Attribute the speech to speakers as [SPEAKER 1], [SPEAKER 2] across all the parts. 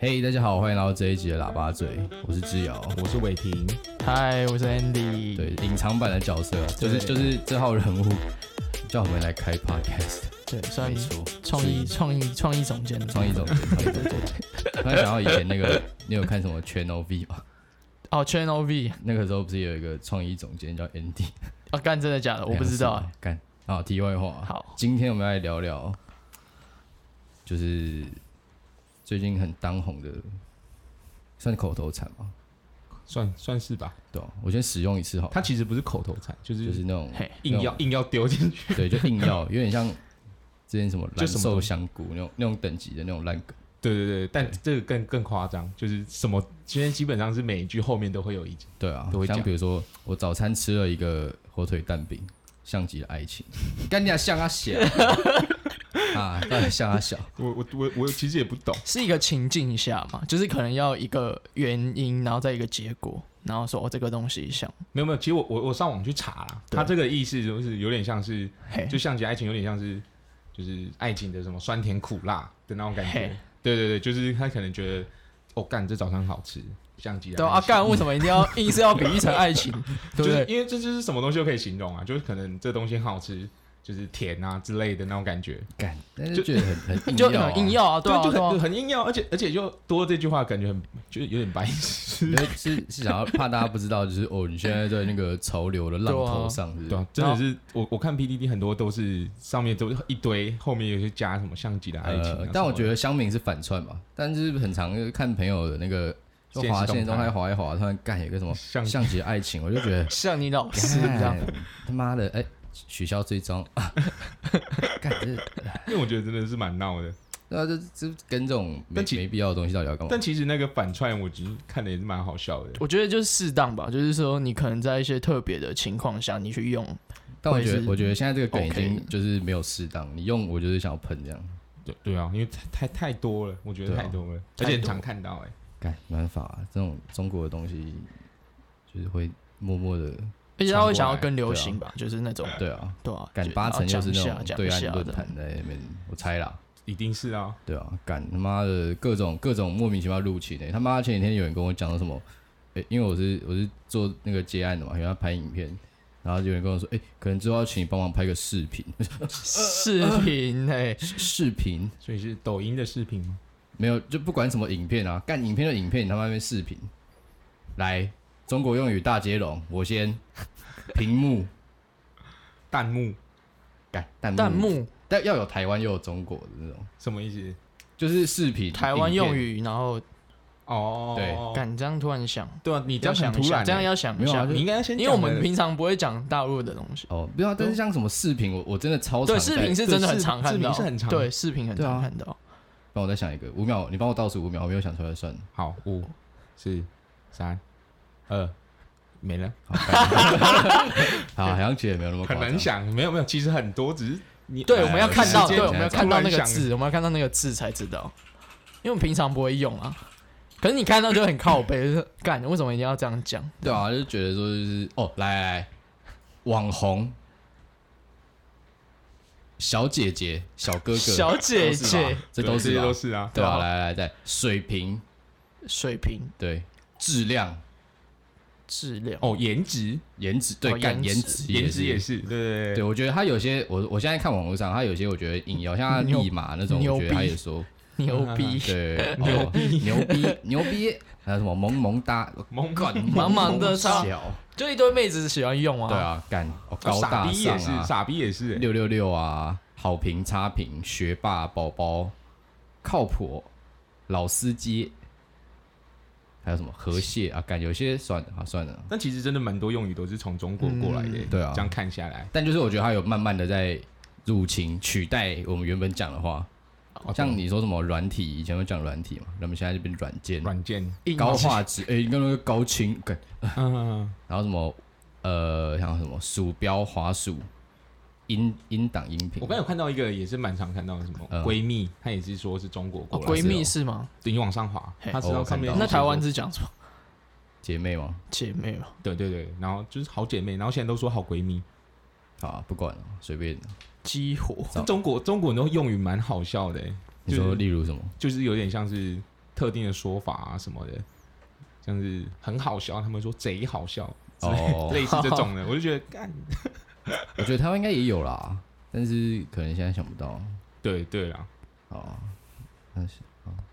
[SPEAKER 1] 嘿大家好，欢迎来到这一集的喇叭嘴，我是志尧。
[SPEAKER 2] 我是伟霆，
[SPEAKER 3] 嗨，我是 Andy。
[SPEAKER 1] 对，隐藏版的角色啊，就是
[SPEAKER 2] 对
[SPEAKER 1] 就是这号人物叫我们来开 podcast，
[SPEAKER 3] 对，算
[SPEAKER 1] 没错，
[SPEAKER 3] 创意创意创意总监，
[SPEAKER 1] 创意 总监。创意总监突然想到以前那个， 你有看什么 Channel V 吗？
[SPEAKER 3] 哦，Channel V
[SPEAKER 1] 那个时候不是有一个创意总监叫 Andy？哎
[SPEAKER 3] 哦，干真的假的？ 我不知道啊。
[SPEAKER 1] 干，好，题外话。
[SPEAKER 3] 好，
[SPEAKER 1] 今天我们要来聊聊，就是最近很当红的，算口头禅吗？
[SPEAKER 2] 算算是吧。
[SPEAKER 1] 对、啊，我先使用一次好了，
[SPEAKER 2] 它其实不是口头禅，就是
[SPEAKER 1] 就是那种
[SPEAKER 3] 嘿，
[SPEAKER 2] 硬要硬要丢 进 去。
[SPEAKER 1] 对，就硬要，有点像之前什么蓝
[SPEAKER 2] 就什么
[SPEAKER 1] 瘦香菇那种那种等级的那种烂梗。
[SPEAKER 2] 对对对，但
[SPEAKER 1] 对
[SPEAKER 2] 这个更更夸张，就是什么，今天基本上是每一句后面都会有一句。
[SPEAKER 1] 对啊
[SPEAKER 2] 都，会
[SPEAKER 1] 像
[SPEAKER 2] 讲
[SPEAKER 1] 比如说我早餐吃了一个火腿蛋饼，像极了爱情，干你啊像啊小 啊，到底像啊小，
[SPEAKER 2] 我我我我其实也不懂，
[SPEAKER 3] 是一个情境下嘛，就是可能要一个原因，然后再一个结果，然后说哦，这个东西像
[SPEAKER 2] 没有没有，其实我我我上网去查啦，
[SPEAKER 3] 对哎
[SPEAKER 2] 它这个意思就是有点像是，
[SPEAKER 3] 嘿，
[SPEAKER 2] 就像极爱情，有点像是就是爱情的什么酸甜苦辣的那种感觉
[SPEAKER 3] 嘿。
[SPEAKER 2] 对对对，就是他可能觉得，哦干，这早餐好吃，像极了
[SPEAKER 3] 对啊，
[SPEAKER 2] 爱
[SPEAKER 3] 啊
[SPEAKER 2] 情
[SPEAKER 3] 干为什么一定要硬是要比喻成爱情，对不
[SPEAKER 2] 就
[SPEAKER 3] 对？
[SPEAKER 2] 是因为这就是什么东西都可以形容啊，就是可能这东西很好吃，就是甜啊之类的那种感觉，
[SPEAKER 1] 干，但是
[SPEAKER 2] 就
[SPEAKER 1] 觉得很很
[SPEAKER 3] 就
[SPEAKER 1] 硬要、啊，
[SPEAKER 3] 很硬要啊，对啊，
[SPEAKER 2] 就
[SPEAKER 3] 对
[SPEAKER 2] 很、就
[SPEAKER 3] 啊，
[SPEAKER 2] 很硬要，而且而且就多这句话，感觉很就是有点白痴
[SPEAKER 1] 因，为是是想要怕大家不知道，就是哦，你现在在那个潮流的浪头上，是不
[SPEAKER 2] 对
[SPEAKER 1] 是？
[SPEAKER 2] 啊？真的是我我看 P D D 很多都是上面都一堆，后面有些加什么像极了爱情、啊
[SPEAKER 1] 呃，但我觉得香敏是反串吧，但是很常就是看朋友的那个就滑线
[SPEAKER 2] 现
[SPEAKER 1] 中
[SPEAKER 2] 实动
[SPEAKER 1] 还
[SPEAKER 2] 态
[SPEAKER 1] 滑一滑，突然干有一个什么
[SPEAKER 2] 像
[SPEAKER 1] 像极了爱情，我就觉得
[SPEAKER 3] 像你老师这 样，
[SPEAKER 1] 干 他妈的，哎、取消追踪， 干这，
[SPEAKER 2] 因为我觉得真的是蛮闹的。
[SPEAKER 1] 那这这啊跟这种没
[SPEAKER 2] 但其
[SPEAKER 1] 没必要的东西到底要干嘛
[SPEAKER 2] 但？其实那个反串，我觉得看的也是蛮好笑的。
[SPEAKER 3] 我觉得就是适当吧，就是说你可能在一些特别的情况下，你去用，
[SPEAKER 1] 但我觉
[SPEAKER 3] 会
[SPEAKER 1] 得，
[SPEAKER 3] 是
[SPEAKER 1] 我觉得现在这个梗已
[SPEAKER 3] OK
[SPEAKER 1] 经就是没有适当，你用我就是想要喷这样，
[SPEAKER 2] 对对啊，因为太太太多了，我觉得
[SPEAKER 1] 对啊
[SPEAKER 2] 太多了，
[SPEAKER 3] 太
[SPEAKER 2] 而
[SPEAKER 3] 多
[SPEAKER 2] 且很常看到哎、
[SPEAKER 1] 干没办法、啊，这种中国的东西就是会默默的，
[SPEAKER 3] 而且他会
[SPEAKER 2] 传过
[SPEAKER 3] 想
[SPEAKER 2] 来
[SPEAKER 3] 要更流
[SPEAKER 1] 对啊
[SPEAKER 3] 行吧，就是那种
[SPEAKER 1] 对啊，
[SPEAKER 3] 对啊，
[SPEAKER 1] 干
[SPEAKER 3] 就
[SPEAKER 1] 八成
[SPEAKER 3] 然
[SPEAKER 1] 就
[SPEAKER 3] 后
[SPEAKER 1] 是那
[SPEAKER 3] 讲一下
[SPEAKER 1] 种对岸
[SPEAKER 3] 讲一下
[SPEAKER 1] 论
[SPEAKER 3] 的
[SPEAKER 1] 坛在那边，我猜啦，
[SPEAKER 2] 一定是啊，
[SPEAKER 1] 对啊，干他妈的各种各种莫名其妙入侵诶、他妈前几天有人跟我讲说什么，诶、因为我是我是做那个接案的嘛，因为他拍影片，然后有人跟我说，诶、可能之后要请你帮忙拍个视频，
[SPEAKER 3] 视频哎、
[SPEAKER 1] 视频
[SPEAKER 2] 所以是抖音的视频吗？
[SPEAKER 1] 没有就不管什么影片啊，干影片就影片，你他妈那边视频，来中国用语大接龙，我先屏幕
[SPEAKER 2] 弹幕
[SPEAKER 1] 干弹幕，
[SPEAKER 3] 弹幕
[SPEAKER 1] 但要有台湾又有中国的那种，
[SPEAKER 2] 什么意思？
[SPEAKER 1] 就是视频
[SPEAKER 3] 台湾用
[SPEAKER 1] 影
[SPEAKER 3] 语，然后
[SPEAKER 2] 哦，
[SPEAKER 1] 对
[SPEAKER 3] 敢这样突然想，
[SPEAKER 2] 对啊，你
[SPEAKER 3] 你
[SPEAKER 2] 这样
[SPEAKER 3] 想
[SPEAKER 2] 很
[SPEAKER 3] 一
[SPEAKER 2] 突
[SPEAKER 3] 下
[SPEAKER 2] 然欸，
[SPEAKER 3] 这样要想一
[SPEAKER 1] 没有
[SPEAKER 3] 下
[SPEAKER 1] 啊，
[SPEAKER 2] 你应该先讲
[SPEAKER 3] 因
[SPEAKER 2] 的，
[SPEAKER 3] 为我们平常不会讲大陆的东西。
[SPEAKER 1] 片哦，不知道、但是像什么视频，我我真的超常
[SPEAKER 3] 对，
[SPEAKER 1] 在
[SPEAKER 3] 视频是真的很
[SPEAKER 2] 对
[SPEAKER 3] 常
[SPEAKER 2] 视
[SPEAKER 3] 看到，
[SPEAKER 2] 视频是很常
[SPEAKER 3] 对，视频很
[SPEAKER 1] 对啊
[SPEAKER 3] 常看到。
[SPEAKER 1] 帮我再想一个五秒，你帮我倒数五秒，我没有想出来算了。
[SPEAKER 2] 好五、四、三、二，没了，
[SPEAKER 1] 好，好，好像其实也没有那么夸
[SPEAKER 2] 很
[SPEAKER 1] 张
[SPEAKER 2] 难。想，没有没有，其实很多，只是你
[SPEAKER 3] 对，
[SPEAKER 1] 哎
[SPEAKER 3] 我们要看
[SPEAKER 1] 时
[SPEAKER 3] 到，
[SPEAKER 1] 间
[SPEAKER 3] 对，我们要
[SPEAKER 2] 突
[SPEAKER 3] 看到
[SPEAKER 2] 然
[SPEAKER 3] 那个
[SPEAKER 2] 想
[SPEAKER 3] 字，我们要看到那个字才知道，因为我们平常不会用啊。可是你看到就很靠背，就是干，为什么一定要这样讲？
[SPEAKER 1] 对啊，就觉得说就是哦，来来来，网红、小姐姐、小哥哥、
[SPEAKER 3] 小姐
[SPEAKER 1] 都是
[SPEAKER 3] 姐
[SPEAKER 1] 吧，这都
[SPEAKER 2] 对
[SPEAKER 1] 是
[SPEAKER 2] 这
[SPEAKER 1] 吧
[SPEAKER 2] 些都是啊，
[SPEAKER 1] 对
[SPEAKER 3] 对
[SPEAKER 1] 啊，
[SPEAKER 3] 啊
[SPEAKER 1] 来来来，再水平
[SPEAKER 3] 水平、
[SPEAKER 1] 对质量、
[SPEAKER 3] 质量，
[SPEAKER 2] 哦，颜值，
[SPEAKER 1] 颜值对
[SPEAKER 3] 哦
[SPEAKER 1] 干
[SPEAKER 3] 颜
[SPEAKER 1] 颜
[SPEAKER 3] 值
[SPEAKER 1] 值
[SPEAKER 2] 颜值也
[SPEAKER 1] 是。
[SPEAKER 2] 是，对对
[SPEAKER 1] 对，
[SPEAKER 2] 对，
[SPEAKER 1] 我觉得他有些，我我现在看网络上，他有些我觉得引用，像他
[SPEAKER 3] 牛
[SPEAKER 1] 立马那种，我觉
[SPEAKER 3] 牛
[SPEAKER 1] 得
[SPEAKER 3] 逼
[SPEAKER 1] 他也说，
[SPEAKER 3] 牛逼，
[SPEAKER 1] 对，
[SPEAKER 2] 牛
[SPEAKER 1] 逼牛逼牛逼，还有什么萌萌哒，
[SPEAKER 2] 萌
[SPEAKER 1] 干
[SPEAKER 3] 茫茫的
[SPEAKER 1] 小
[SPEAKER 3] 草，就一堆妹子喜欢用啊。
[SPEAKER 1] 对，啊，干哦高
[SPEAKER 2] 傻
[SPEAKER 1] 大
[SPEAKER 2] 逼也
[SPEAKER 1] 上
[SPEAKER 2] 是，
[SPEAKER 1] 啊，
[SPEAKER 2] 傻逼也是，欸
[SPEAKER 1] 六六六啊，好评差评，学霸宝宝，靠谱，老司机，还有什么河蟹啊？感有些算了，啊算了，
[SPEAKER 2] 但其实真的蛮多用语都是从中
[SPEAKER 3] 嗯
[SPEAKER 2] 国过来的，欸
[SPEAKER 1] 对啊
[SPEAKER 2] 这样看下来，
[SPEAKER 1] 但就是我觉得它有慢慢的在入侵取代我们原本讲的话，
[SPEAKER 2] 哦
[SPEAKER 1] 像
[SPEAKER 2] 懂
[SPEAKER 1] 你说什么软体，以前会讲软体嘛，那么现在就变软件，
[SPEAKER 2] 软 件，
[SPEAKER 1] 高画质，哎，你刚刚高清，干
[SPEAKER 2] 嗯，
[SPEAKER 1] 然后什么呃，像什么鼠标滑鼠。音音档音频，
[SPEAKER 2] 我刚才有看到一个也是蛮常看到的，什么
[SPEAKER 1] 嗯
[SPEAKER 2] 闺蜜，她也是说是中国
[SPEAKER 3] 哦
[SPEAKER 2] 过来的，
[SPEAKER 3] 闺蜜是吗？
[SPEAKER 2] 对你往上滑，
[SPEAKER 3] 嘿
[SPEAKER 2] 她知
[SPEAKER 1] 哦我
[SPEAKER 2] 道
[SPEAKER 1] 看
[SPEAKER 2] 上面
[SPEAKER 1] 到
[SPEAKER 2] 是
[SPEAKER 3] 那
[SPEAKER 2] 写
[SPEAKER 3] 台湾
[SPEAKER 2] 说
[SPEAKER 3] 是讲什么？
[SPEAKER 1] 姐妹吗？
[SPEAKER 3] 姐妹哦嘛。
[SPEAKER 2] 对对对，然后就是好姐妹，然后现在都说好闺蜜。
[SPEAKER 1] 好、啊，不管了，随便。
[SPEAKER 3] 激活
[SPEAKER 1] 早
[SPEAKER 2] 中国中国人都用语蛮好笑的欸、
[SPEAKER 1] 你
[SPEAKER 2] 就是
[SPEAKER 1] 说例如什么？
[SPEAKER 2] 就是有点像是特定的说法啊什么的，像是很好笑，他们说贼好笑，
[SPEAKER 1] 哦，
[SPEAKER 2] 类似这种 的，我就觉得干，
[SPEAKER 1] 我觉得台湾应该也有啦，但是可能现在想不到。
[SPEAKER 2] 对对啊，
[SPEAKER 1] 哦，但是啊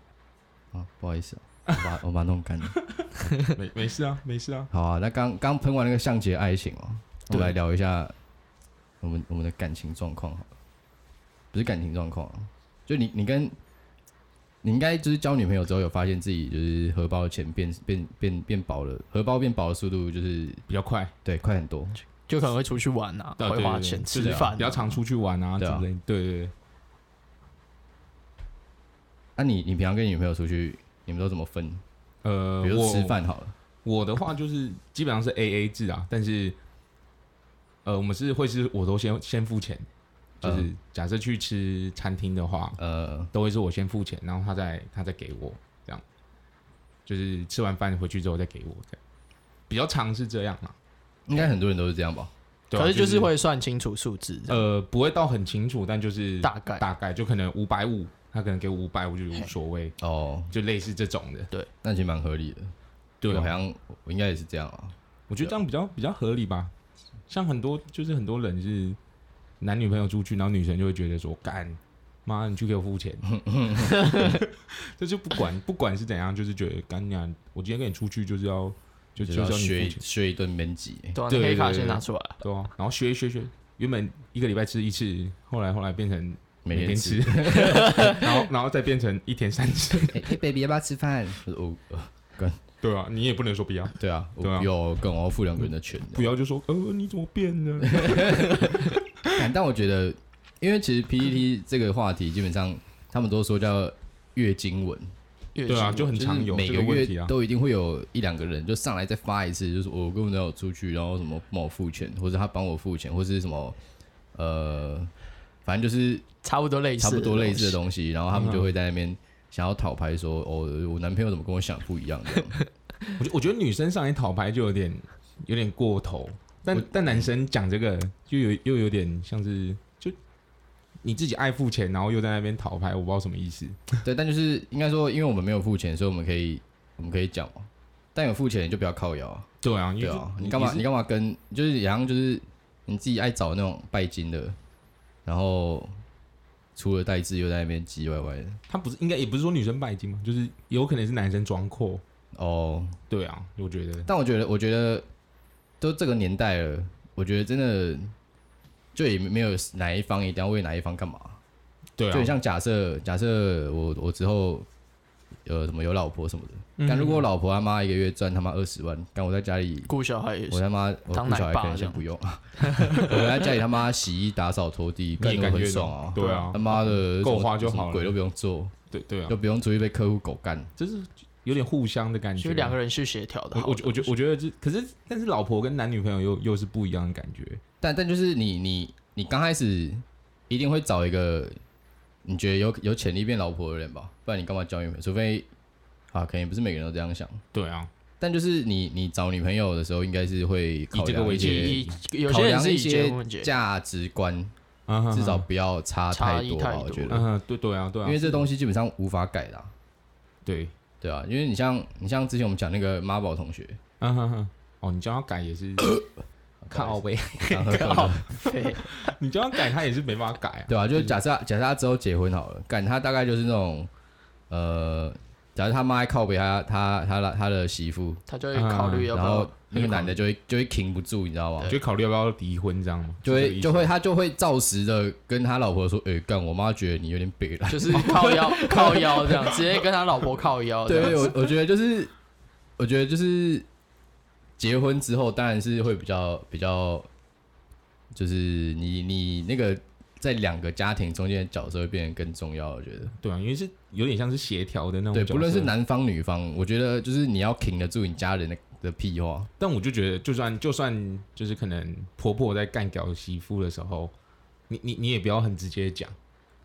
[SPEAKER 1] 啊，不好意思、啊，我把我把它弄干了。
[SPEAKER 2] 没没事啊，没事啊，
[SPEAKER 1] 好啊，那刚刚喷完那个象棋的爱情哦，我们来聊一下我们我们的感情状况好了，不是感情状况啊，就你你跟你应该就是交女朋友之后有发现自己就是荷包的钱变变变变薄了，荷包变薄的速度就是
[SPEAKER 2] 比 较快，
[SPEAKER 1] 对快很多，
[SPEAKER 3] 就可能会出去玩啊，
[SPEAKER 2] 对
[SPEAKER 3] 会
[SPEAKER 2] 对
[SPEAKER 3] 花
[SPEAKER 2] 对
[SPEAKER 3] 钱
[SPEAKER 2] 是
[SPEAKER 3] 吃
[SPEAKER 2] 的
[SPEAKER 3] 饭啊，
[SPEAKER 2] 比较常出去玩啊，
[SPEAKER 1] 对
[SPEAKER 2] 对
[SPEAKER 1] 啊
[SPEAKER 2] 对对对，
[SPEAKER 1] 那、啊你你平常跟你女朋友出去，你们都怎么分？
[SPEAKER 2] 呃，
[SPEAKER 1] 比如
[SPEAKER 2] 我
[SPEAKER 1] 说吃饭好了，
[SPEAKER 2] 我的话就是基本上是 A A 制啊，但是呃，我们是会是我都先先付钱，就是
[SPEAKER 1] 嗯
[SPEAKER 2] 假设去吃餐厅的话，
[SPEAKER 1] 呃，
[SPEAKER 2] 都会是我先付钱，然后他再他再给我这样，就是吃完饭回去之后再给我这样，比较常是这样啊。
[SPEAKER 1] 应该很多人都是这样吧？
[SPEAKER 2] 对啊
[SPEAKER 3] 可是就是会算清楚数字这样，
[SPEAKER 2] 呃不会到很清楚，但就是
[SPEAKER 3] 大概
[SPEAKER 2] 大概就可能五百五，他可能给我五百，我就无所谓，
[SPEAKER 1] 哦，
[SPEAKER 2] 就类似这种的。
[SPEAKER 1] 那其实蛮合理的。
[SPEAKER 2] 对
[SPEAKER 1] 我好
[SPEAKER 2] 啊，
[SPEAKER 1] 像我应该也是这样啊。
[SPEAKER 2] 我觉得这样比较比较合理吧。像很多就是很多人是男女朋友出去，然后女生就会觉得说干。妈，你去给我付 钱，这就不管不管是怎样，就是觉得干娘，我今天跟你出去就是要就
[SPEAKER 1] 就是
[SPEAKER 2] 是要
[SPEAKER 1] 要
[SPEAKER 2] 你付
[SPEAKER 1] 削
[SPEAKER 2] 钱
[SPEAKER 1] 一，削一顿面积。
[SPEAKER 3] 对啊，
[SPEAKER 2] 对
[SPEAKER 3] 你黑卡
[SPEAKER 2] 对
[SPEAKER 3] 先
[SPEAKER 2] 对
[SPEAKER 3] 拿出来，
[SPEAKER 2] 对啊，然后学一学学，原本一个礼拜吃一次，后来后来变成
[SPEAKER 1] 每
[SPEAKER 2] 天
[SPEAKER 1] 天
[SPEAKER 2] 吃，然后然后再变成一天三次。
[SPEAKER 1] 哎、欸 b a b y 要不要吃饭？我说哦 呃
[SPEAKER 2] 对啊，你也不能说不要，
[SPEAKER 1] 对啊，我
[SPEAKER 2] 对啊
[SPEAKER 1] 不要跟我要付两个人的钱。
[SPEAKER 2] 不要就说呃你怎么变 了？
[SPEAKER 1] 但但我觉得，因为其实 PPT 这个话题基本上他们都说叫月经文，
[SPEAKER 3] 月
[SPEAKER 2] 对啊，
[SPEAKER 3] 薪
[SPEAKER 2] 就很
[SPEAKER 1] 就是
[SPEAKER 2] 常有
[SPEAKER 1] 每
[SPEAKER 2] 这
[SPEAKER 1] 个
[SPEAKER 2] 个问题
[SPEAKER 1] 月
[SPEAKER 2] 啊。
[SPEAKER 1] 都一定会有一两个人就上来再发一次，就是我跟我男友出去，然后什么帮我付钱，或者他帮我付钱，或是什么呃，反正就是
[SPEAKER 3] 差不多类似，
[SPEAKER 1] 差不多类似的，东西，然后他
[SPEAKER 2] 嗯
[SPEAKER 1] 们就会在那边想要讨牌说，哦，我男朋友怎么跟我想不一样这样。
[SPEAKER 2] 我觉我觉得女生上来讨牌就有点有点过头，但但男生讲这个就有又有点像是就你自己爱付钱，然后又在那边讨牌，我不知道什么意思。
[SPEAKER 1] 对，但就是应该说，因为我们没有付钱，所以我们可以我们可以讲嘛。但有付钱你就不要靠腰啊，
[SPEAKER 2] 对啊，因为
[SPEAKER 1] 对啊，
[SPEAKER 2] 就
[SPEAKER 1] 你干嘛
[SPEAKER 2] 是
[SPEAKER 1] 你干嘛跟就是然后就是你自己爱找那种拜金的，然后除了代志又在那边唧唧歪歪的。
[SPEAKER 2] 他不是应该也不是说女生拜金嘛，就是有可能是男生装阔。
[SPEAKER 1] 哦，
[SPEAKER 2] 对啊，我觉得
[SPEAKER 1] 但我觉得我觉得都这个年代了，我觉得真的就也没有哪一方一定要为哪一方干嘛。
[SPEAKER 2] 对啊
[SPEAKER 1] 就很像假设，假设我我之后呃什么有老婆什么的，但如果我老婆他妈一个月赚他妈二十万，但我在家里，
[SPEAKER 3] 顾小孩也
[SPEAKER 1] 我
[SPEAKER 3] 是，
[SPEAKER 1] 他妈我
[SPEAKER 3] 当
[SPEAKER 1] 顾小
[SPEAKER 3] 奶
[SPEAKER 1] 孩
[SPEAKER 3] 爸
[SPEAKER 1] 可能先
[SPEAKER 3] 这样
[SPEAKER 1] 不 用，我在家里他妈洗衣打扫拖地，
[SPEAKER 2] 你
[SPEAKER 1] 干
[SPEAKER 2] 也
[SPEAKER 1] 得
[SPEAKER 2] 感
[SPEAKER 1] 很
[SPEAKER 2] 觉
[SPEAKER 1] 爽啊，
[SPEAKER 2] 对啊
[SPEAKER 1] 他，妈的
[SPEAKER 2] 够
[SPEAKER 1] 什么
[SPEAKER 2] 花就
[SPEAKER 1] 什么
[SPEAKER 2] 好了
[SPEAKER 1] 鬼都不用做，
[SPEAKER 2] 对对啊
[SPEAKER 1] 就，不用出去被客户狗干。
[SPEAKER 2] 就是有点互相的感觉。
[SPEAKER 3] 就两个人去协调的
[SPEAKER 2] 我，
[SPEAKER 3] 好
[SPEAKER 2] 我
[SPEAKER 3] 的
[SPEAKER 2] 我觉我觉得这可是，但是老婆跟男女朋友又又是不一样的感觉。
[SPEAKER 1] 但但就是你你你刚开始一定会找一个你觉得有有潜力变老婆的人吧，不然你干嘛交女朋友？除非啊，可能也不是每个人都这样想。
[SPEAKER 2] 对啊，
[SPEAKER 1] 但就是你你找女朋友的时候，应该是会考
[SPEAKER 2] 以这个
[SPEAKER 1] 量
[SPEAKER 2] 为
[SPEAKER 1] 一些
[SPEAKER 2] 基
[SPEAKER 3] 以以有
[SPEAKER 1] 考
[SPEAKER 3] 些人
[SPEAKER 1] 量
[SPEAKER 3] 是
[SPEAKER 1] 一
[SPEAKER 3] 以结
[SPEAKER 1] 些
[SPEAKER 3] 婚结，
[SPEAKER 1] 价值观，
[SPEAKER 2] 啊哈哈
[SPEAKER 1] 至少不要差
[SPEAKER 3] 差
[SPEAKER 1] 太
[SPEAKER 3] 异
[SPEAKER 1] 多
[SPEAKER 3] 太
[SPEAKER 1] 吧，
[SPEAKER 3] 多
[SPEAKER 1] 我觉
[SPEAKER 2] 嗯
[SPEAKER 1] 得，
[SPEAKER 2] 哼，对对啊，对啊，
[SPEAKER 1] 因为这东西基本上无法改的啊，
[SPEAKER 2] 对，
[SPEAKER 1] 对啊，因为你像你像之前我们讲那个妈宝同 学，
[SPEAKER 2] 嗯哼哼，哦，你叫他改 也是靠呗，
[SPEAKER 1] 刚喝够了
[SPEAKER 3] 对
[SPEAKER 2] 你叫他改他也是没办法改啊。
[SPEAKER 1] 对啊，就是假设假设他之后结婚好了，干他大概就是那种，呃，假设他妈在靠北他他他的他的媳妇，
[SPEAKER 3] 他就会考虑要不
[SPEAKER 1] 然
[SPEAKER 3] 要
[SPEAKER 1] 后那个男的就会就会停不住，你知道吗
[SPEAKER 2] 我？就考虑要不要离婚这样嘛，
[SPEAKER 1] 就会
[SPEAKER 2] 是这
[SPEAKER 1] 就
[SPEAKER 2] 个意
[SPEAKER 1] 会
[SPEAKER 2] 思
[SPEAKER 1] 他就会照实的跟他老婆说，哎、干我妈觉得你有点北了。
[SPEAKER 3] 就是靠腰靠腰这样，直接跟他老婆靠腰哦这样
[SPEAKER 1] 对，我我觉得就是，我觉得就是结婚之后，当然是会比较比较，就是你你那个在两个家庭中间的角色会变得更重要。我觉得，
[SPEAKER 2] 对啊，因为是有点像是协调的那种
[SPEAKER 1] 对，
[SPEAKER 2] 角色
[SPEAKER 1] 不论是，男方女方，我觉得就是你要挺得住你家人的的屁话。
[SPEAKER 2] 但我就觉得，就算就算就是可能婆婆在干掉媳妇的时候，你你你也不要很直接讲，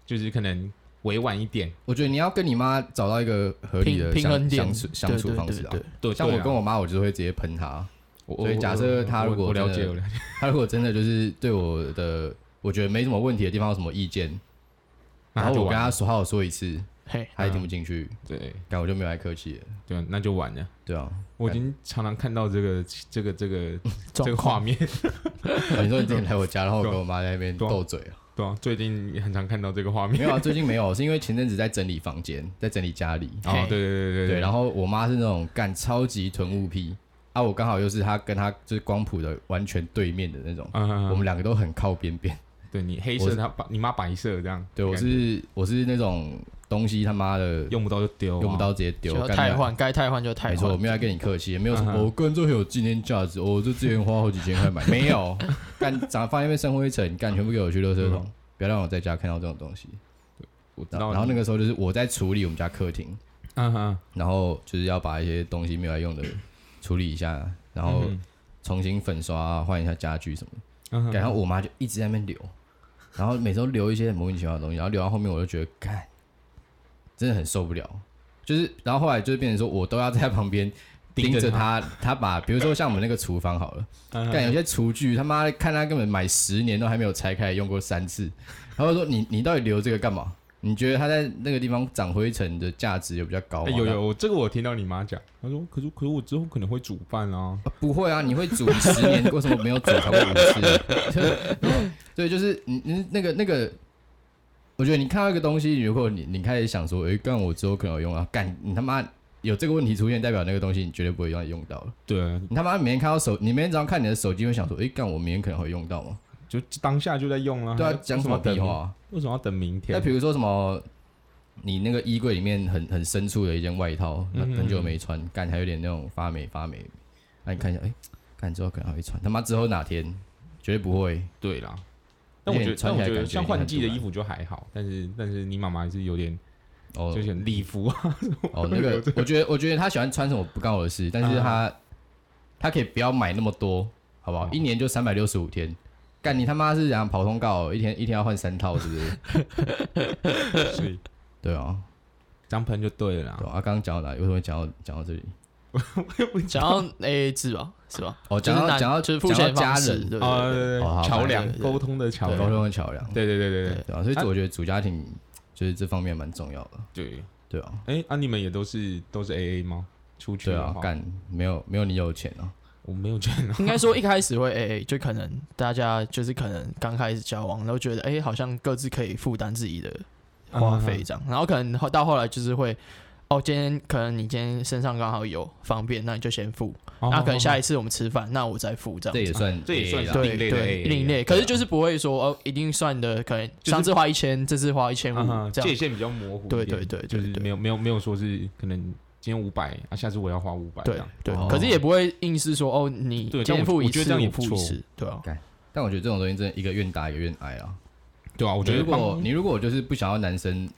[SPEAKER 2] 就是可能委婉一点。
[SPEAKER 1] 我觉得你要跟你妈找到一个合理
[SPEAKER 3] 平
[SPEAKER 1] 的
[SPEAKER 3] 平衡
[SPEAKER 1] 相相
[SPEAKER 3] 点
[SPEAKER 1] 处相处方式啊
[SPEAKER 3] 对。对
[SPEAKER 2] 对，
[SPEAKER 1] 像
[SPEAKER 2] 对
[SPEAKER 1] 我
[SPEAKER 2] 啊
[SPEAKER 1] 跟我妈，我就会直接喷她。
[SPEAKER 2] 我
[SPEAKER 1] 所以
[SPEAKER 2] 我
[SPEAKER 1] 假设他如果
[SPEAKER 2] 我了
[SPEAKER 1] 真
[SPEAKER 2] 解，
[SPEAKER 1] 的
[SPEAKER 2] 我了解，
[SPEAKER 1] 她如果真的就是对我的，我觉得没什么问题的地方有什么意见，然后我跟她说好好说一次，
[SPEAKER 3] 嘿，
[SPEAKER 1] 他也听不进去，
[SPEAKER 2] 对
[SPEAKER 1] 感我就没有来客气了，
[SPEAKER 2] 对啊，那就完了。
[SPEAKER 1] 对啊，
[SPEAKER 2] 我已经常常看到这个这个 这个这
[SPEAKER 3] 状
[SPEAKER 2] 个
[SPEAKER 3] 况
[SPEAKER 2] 画面，
[SPEAKER 1] 啊你说你之前来我家，然后我
[SPEAKER 2] 对啊
[SPEAKER 1] 跟我妈在那边
[SPEAKER 2] 对啊
[SPEAKER 1] 斗嘴啊，
[SPEAKER 2] 对啊，最近也很常看到这个画
[SPEAKER 1] 没
[SPEAKER 2] 面。
[SPEAKER 1] 有啊，最近没有，是因为前阵子在整理房间，在整理家里，
[SPEAKER 2] 哦，对对对对
[SPEAKER 1] 对，然
[SPEAKER 2] 后
[SPEAKER 1] 后我妈是那种干超级囤物癖啊，我刚好又是她跟她就是光谱的完全对面的那种，
[SPEAKER 2] 嗯，嗯
[SPEAKER 1] 我
[SPEAKER 2] 嗯
[SPEAKER 1] 们两个都很靠边边。
[SPEAKER 2] 对你黑
[SPEAKER 1] 我
[SPEAKER 2] 色，
[SPEAKER 1] 是
[SPEAKER 2] 他把你妈白色这样。
[SPEAKER 1] 对我
[SPEAKER 2] 感觉
[SPEAKER 1] 是我是那种东西他妈的
[SPEAKER 2] 用不到就丢啊，
[SPEAKER 1] 用不到直接丢
[SPEAKER 3] 就，要
[SPEAKER 1] 干
[SPEAKER 3] 汰
[SPEAKER 1] 掉
[SPEAKER 3] 换，该汰换就汰
[SPEAKER 1] 没错，我
[SPEAKER 3] 换。
[SPEAKER 1] 没有在跟你客气，也没有什么哦
[SPEAKER 2] 嗯哼
[SPEAKER 1] 我个人最很有纪念价值，哦我就之前花好几千块买， 没有干长放那边生灰尘，干全部给我去垃圾桶，不要让我在家看到这种东西。
[SPEAKER 2] 我知
[SPEAKER 1] 然
[SPEAKER 2] 道
[SPEAKER 1] 后
[SPEAKER 2] 你。
[SPEAKER 1] 然后那个时候就是我在处理我们家客厅，
[SPEAKER 2] 嗯哼，
[SPEAKER 1] 然后就是要把一些东西没有来用的处理一下，然后
[SPEAKER 2] 嗯
[SPEAKER 1] 重新粉刷啊，换一下家具什么的。
[SPEAKER 2] 嗯哼
[SPEAKER 1] 然后我妈就一直在那边留，然后每次都留一些莫名其妙的东西，然后留到后面我就觉得，干，真的很受不了。就是，然后后来就变成说我都要在旁边盯着她，她把比如说像我们那个厨房好了，
[SPEAKER 2] 嗯哼
[SPEAKER 1] 干有些厨具他妈的看她根本买十年都还没有拆开，用过三次，然后说你你到底留这个干嘛？你觉得它在那个地方长灰尘的价值有比较高吗？
[SPEAKER 2] 欸有有，我这个我听到你妈讲，她说，可是可是我之后可能会煮饭啊，
[SPEAKER 1] 啊不会啊，你会煮十年，为什么没有煮超过五次？ 就是对，就是你你那个那个，我觉得你看到一个东西，如果你你开始想说，诶，干我之后可能有用啊，干你他妈有这个问题出现，代表那个东西你绝对不会用用到了。
[SPEAKER 2] 对，啊
[SPEAKER 1] 你他妈每天看到手，你每天早上看你的手机，会想说，诶，干我明天可能会用到吗？
[SPEAKER 2] 就当下就在用啊。
[SPEAKER 1] 对
[SPEAKER 2] 还
[SPEAKER 1] 啊
[SPEAKER 2] 要，
[SPEAKER 1] 讲什么
[SPEAKER 2] 为
[SPEAKER 1] 屁
[SPEAKER 2] 等
[SPEAKER 1] 话、？啊？
[SPEAKER 2] 为什么要等明
[SPEAKER 1] 那
[SPEAKER 2] 天
[SPEAKER 1] 比？如说什么，你那个衣柜里面很很深处的一件外套，
[SPEAKER 2] 嗯
[SPEAKER 1] 很很久没穿，干还有点那种发霉发霉。那、你看一下，哎、看之后可能还会穿，他妈之后哪天绝对不会。
[SPEAKER 2] 对啦，但我觉
[SPEAKER 1] 有
[SPEAKER 2] 得
[SPEAKER 1] 点，
[SPEAKER 2] 但
[SPEAKER 1] 穿起
[SPEAKER 2] 我
[SPEAKER 1] 来
[SPEAKER 2] 觉得
[SPEAKER 1] 感觉
[SPEAKER 2] 像
[SPEAKER 1] 已经
[SPEAKER 2] 换
[SPEAKER 1] 很
[SPEAKER 2] 季的
[SPEAKER 1] 突然
[SPEAKER 2] 衣服就还好，但是但是你妈妈还是有点
[SPEAKER 1] 哦
[SPEAKER 2] 就是很礼 服啊，
[SPEAKER 1] 哦，那个，我觉得我觉得他喜欢穿什么不干我的事，但是
[SPEAKER 3] 啊
[SPEAKER 1] 他、他可以不要买那么多，好不好？
[SPEAKER 2] 哦
[SPEAKER 1] 一年就三百六十五天。干你他妈是想跑通告哦，一天一天要换三套是不 是？
[SPEAKER 2] 所以
[SPEAKER 1] 对啊，
[SPEAKER 2] 张喷就对了
[SPEAKER 1] 对
[SPEAKER 2] 啦。
[SPEAKER 1] 啊。啊刚刚讲到哪里？为什么会讲到讲到这里？
[SPEAKER 3] 想要 AA 制吧，是吧？
[SPEAKER 1] 哦，
[SPEAKER 3] 就
[SPEAKER 1] 讲
[SPEAKER 3] 是
[SPEAKER 1] 到
[SPEAKER 3] 男
[SPEAKER 1] 讲到
[SPEAKER 3] 就是付
[SPEAKER 1] 讲
[SPEAKER 3] 钱
[SPEAKER 1] 到家
[SPEAKER 3] 方式，
[SPEAKER 1] 人，
[SPEAKER 3] 对不
[SPEAKER 2] 啊，
[SPEAKER 3] 对？
[SPEAKER 2] 对对
[SPEAKER 1] 哦好
[SPEAKER 2] 对桥梁
[SPEAKER 3] 对对对
[SPEAKER 2] 沟通的桥
[SPEAKER 1] 沟
[SPEAKER 2] 梁，
[SPEAKER 1] 通的桥梁。
[SPEAKER 2] 对对对对
[SPEAKER 1] 对啊，所以
[SPEAKER 2] 啊
[SPEAKER 1] 我觉得组家庭就是这方面蛮重要的，
[SPEAKER 2] 对。
[SPEAKER 1] 对啊，
[SPEAKER 2] 哎，啊，你们也都是都是哦 A A 吗？出去
[SPEAKER 1] 对
[SPEAKER 2] 的
[SPEAKER 1] 啊，
[SPEAKER 2] 话，
[SPEAKER 1] 干没有没有你有钱啊，
[SPEAKER 2] 我没有券啊。
[SPEAKER 3] 应该说一开始会 AA，就可能大家就是可能刚开始交往，然后觉得哎、好像各自可以负担自己的
[SPEAKER 2] 嗯
[SPEAKER 3] 花费这样，然后可能后到后来就是会。哦，今天可能你今天身上刚好有方便，那你就先付。
[SPEAKER 2] 哦，
[SPEAKER 3] 那可能下
[SPEAKER 2] 一
[SPEAKER 3] 一次我们吃饭，那我再付这样。
[SPEAKER 1] 这也啊算
[SPEAKER 2] 啊这也算
[SPEAKER 1] AA 啦
[SPEAKER 2] 是
[SPEAKER 3] 对
[SPEAKER 2] 另类的 AA
[SPEAKER 3] 对，另类。可是就是不会说哦，一定算的，可能
[SPEAKER 2] 啊就是
[SPEAKER 3] 上次花一千，这次花一千
[SPEAKER 2] 啊
[SPEAKER 3] 五这
[SPEAKER 2] 界
[SPEAKER 3] 样。
[SPEAKER 2] 限比较模糊一
[SPEAKER 3] 对
[SPEAKER 2] 点。
[SPEAKER 3] 对对，
[SPEAKER 2] 就
[SPEAKER 3] 对
[SPEAKER 2] 是
[SPEAKER 3] 对
[SPEAKER 2] 没有没有没有说是可能今天五百啊，下次我要花五百这
[SPEAKER 3] 对
[SPEAKER 2] 样。
[SPEAKER 3] 对
[SPEAKER 1] 哦，
[SPEAKER 3] 可是也不会硬是说哦，你
[SPEAKER 2] 对
[SPEAKER 3] 今
[SPEAKER 2] 但我
[SPEAKER 3] 天付
[SPEAKER 2] 我
[SPEAKER 3] 一
[SPEAKER 2] 觉得
[SPEAKER 3] 次，
[SPEAKER 2] 这样也
[SPEAKER 3] 我付一
[SPEAKER 2] 不错
[SPEAKER 3] 次，对啊，
[SPEAKER 1] 但我觉得这种东西真的一个愿打一个愿挨啊。
[SPEAKER 2] 对啊，我
[SPEAKER 1] 我
[SPEAKER 2] 觉得
[SPEAKER 1] 如果
[SPEAKER 2] 帮
[SPEAKER 1] 你如果就是不想要男生，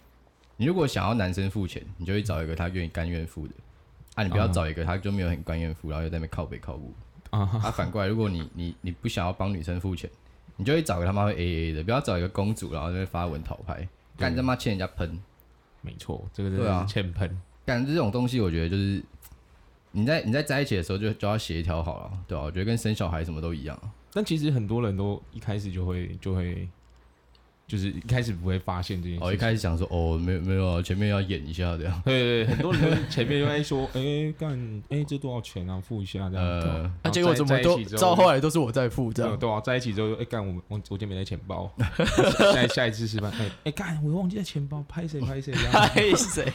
[SPEAKER 1] 你如果想要男生付钱，你就会找一个他愿意甘愿付的。啊，你不要
[SPEAKER 2] 嗯
[SPEAKER 1] 找一个他就没有很甘愿付，然后又在那边靠北靠步。
[SPEAKER 2] 啊哈，
[SPEAKER 1] 啊，反过来，如果你你你不想要帮女生付钱，你就会找个他妈会 AA 的，不要找一个公主，然后在那边发文讨拍，干
[SPEAKER 2] 对
[SPEAKER 1] 他妈欠人家喷。
[SPEAKER 2] 没错，这个真
[SPEAKER 1] 对啊
[SPEAKER 2] 的是欠喷。
[SPEAKER 1] 干这种东西，我觉得就是你在你在在一起的时候就就要协调好了，对吧、我觉得跟生小孩什么都一样啊，
[SPEAKER 2] 但其实很多人都一开始就会就会，就是一开始不会发现这件事情。
[SPEAKER 1] 哦，一开始想说哦，没有没有啊，前面要演一下这样，
[SPEAKER 2] 对对，对很多人都是前面就在说， 哎干，哎这多少钱啊，付一下这样。
[SPEAKER 1] 呃，
[SPEAKER 3] 那
[SPEAKER 2] 然后
[SPEAKER 3] 啊结果
[SPEAKER 2] 在
[SPEAKER 3] 怎么
[SPEAKER 2] 在
[SPEAKER 3] 都
[SPEAKER 2] 一起之后
[SPEAKER 3] 到后来都是我在付这
[SPEAKER 2] 对啊
[SPEAKER 3] 样。
[SPEAKER 2] 对啊，在一起之后，哎干，我我我今天没带钱包， 下下一次吃饭，哎哎干，我忘记带钱包，拍谁拍谁 这样。
[SPEAKER 3] 嗨哎谁？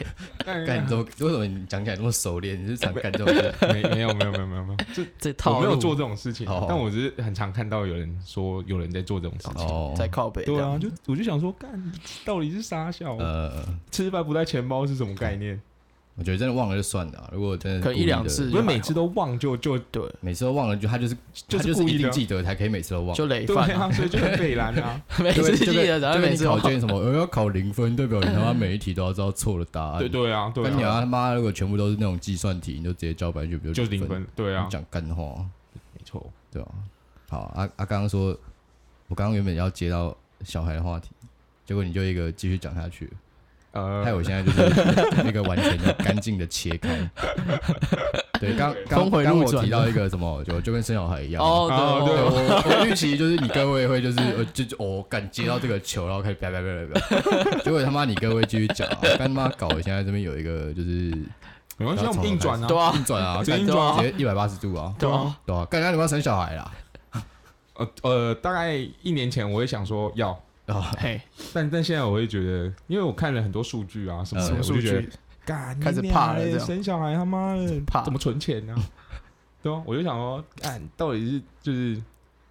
[SPEAKER 2] 干
[SPEAKER 1] 干你怎么为什么你讲起来那么熟练？你是常干这种事？
[SPEAKER 2] 没没有没有没有没有没有，这
[SPEAKER 3] 这
[SPEAKER 2] 我
[SPEAKER 3] 套
[SPEAKER 2] 没有
[SPEAKER 3] 路
[SPEAKER 2] 做这种事情啊
[SPEAKER 1] 哦，
[SPEAKER 2] 但我只是很常看到有人说有人在做这种事情。
[SPEAKER 1] 哦，
[SPEAKER 3] 在靠北。
[SPEAKER 2] 对啊，，就我就想说，干到底是傻小，
[SPEAKER 1] 呃，
[SPEAKER 2] 吃饭不带钱包是什么概念？
[SPEAKER 1] 我觉得真的忘了就算了啊，如果真的
[SPEAKER 3] 可能
[SPEAKER 1] 故意
[SPEAKER 3] 一两
[SPEAKER 1] 的
[SPEAKER 3] 次
[SPEAKER 2] 不是每次都忘就就
[SPEAKER 3] 对，
[SPEAKER 1] 每次都忘了，就他就是
[SPEAKER 2] 就
[SPEAKER 1] 他
[SPEAKER 2] 是
[SPEAKER 1] 就是
[SPEAKER 2] 故
[SPEAKER 1] 一
[SPEAKER 2] 意
[SPEAKER 1] 定
[SPEAKER 2] 的啊
[SPEAKER 1] 记得才可以每次都忘。
[SPEAKER 3] 就累
[SPEAKER 2] 对
[SPEAKER 3] 犯啊，
[SPEAKER 2] 啊，所以就很北蓝 啊。
[SPEAKER 3] 每
[SPEAKER 1] 就跟
[SPEAKER 3] 次记
[SPEAKER 1] 就
[SPEAKER 3] 得，
[SPEAKER 1] 跟
[SPEAKER 3] 然后
[SPEAKER 1] 就跟
[SPEAKER 3] 每
[SPEAKER 1] 你
[SPEAKER 3] 次
[SPEAKER 1] 考
[SPEAKER 3] 忘
[SPEAKER 1] 卷什么，我要考零分，代表你他妈每一题都要知道错了答案。
[SPEAKER 2] 嗯对对啊，对
[SPEAKER 1] 跟你
[SPEAKER 2] 啊，
[SPEAKER 1] 他妈如果全部都是那种计算题，你就直接交白卷，不
[SPEAKER 2] 就是
[SPEAKER 1] 零
[SPEAKER 2] 零分，对啊
[SPEAKER 1] 你，讲干话。
[SPEAKER 2] 没错。
[SPEAKER 1] 对啊，好啊啊！刚刚说，我刚刚原本要接到小孩的话题，结果你就一个继续讲下去了。
[SPEAKER 2] 呃，
[SPEAKER 1] 害我现在就是 那个完全的干净的切开。对，刚刚
[SPEAKER 3] 峰回
[SPEAKER 1] 刚我
[SPEAKER 3] 路转
[SPEAKER 1] 提到一个什么，就就跟生小孩一样。
[SPEAKER 3] 哦，
[SPEAKER 2] 哦
[SPEAKER 1] 对
[SPEAKER 3] 对
[SPEAKER 1] 我
[SPEAKER 3] 哦，
[SPEAKER 1] 我预期就是你各位会就是呃就就我敢接到这个球，然后开始啪啪啪啪啪，结果他妈你各位继续讲啊，干他妈搞！现在这边有一个就是
[SPEAKER 2] 没关系，我们硬转啊，
[SPEAKER 3] 对啊，
[SPEAKER 1] 硬转啊，
[SPEAKER 2] 直接
[SPEAKER 1] 干
[SPEAKER 2] 硬转啊
[SPEAKER 1] 直接一百八十度啊，
[SPEAKER 3] 对啊，
[SPEAKER 1] 对吧？干他你要生小孩啦，
[SPEAKER 2] 呃呃，大概一年前我会想说要，
[SPEAKER 1] 啊，
[SPEAKER 2] 哎
[SPEAKER 3] 嘿，
[SPEAKER 2] 但但现在我会觉得，因为我看了很多数据啊什么
[SPEAKER 1] 呃
[SPEAKER 3] 什
[SPEAKER 2] 的，
[SPEAKER 3] 么
[SPEAKER 2] 我
[SPEAKER 3] 嗯数
[SPEAKER 2] 就觉得
[SPEAKER 3] 据？
[SPEAKER 2] 干
[SPEAKER 3] 开始
[SPEAKER 2] 你娘
[SPEAKER 3] 怕了
[SPEAKER 2] 嘞
[SPEAKER 3] 这样
[SPEAKER 2] 生小孩他妈的
[SPEAKER 3] 怕
[SPEAKER 2] 怎么存钱呢、对啊，我就想说，干到底是就是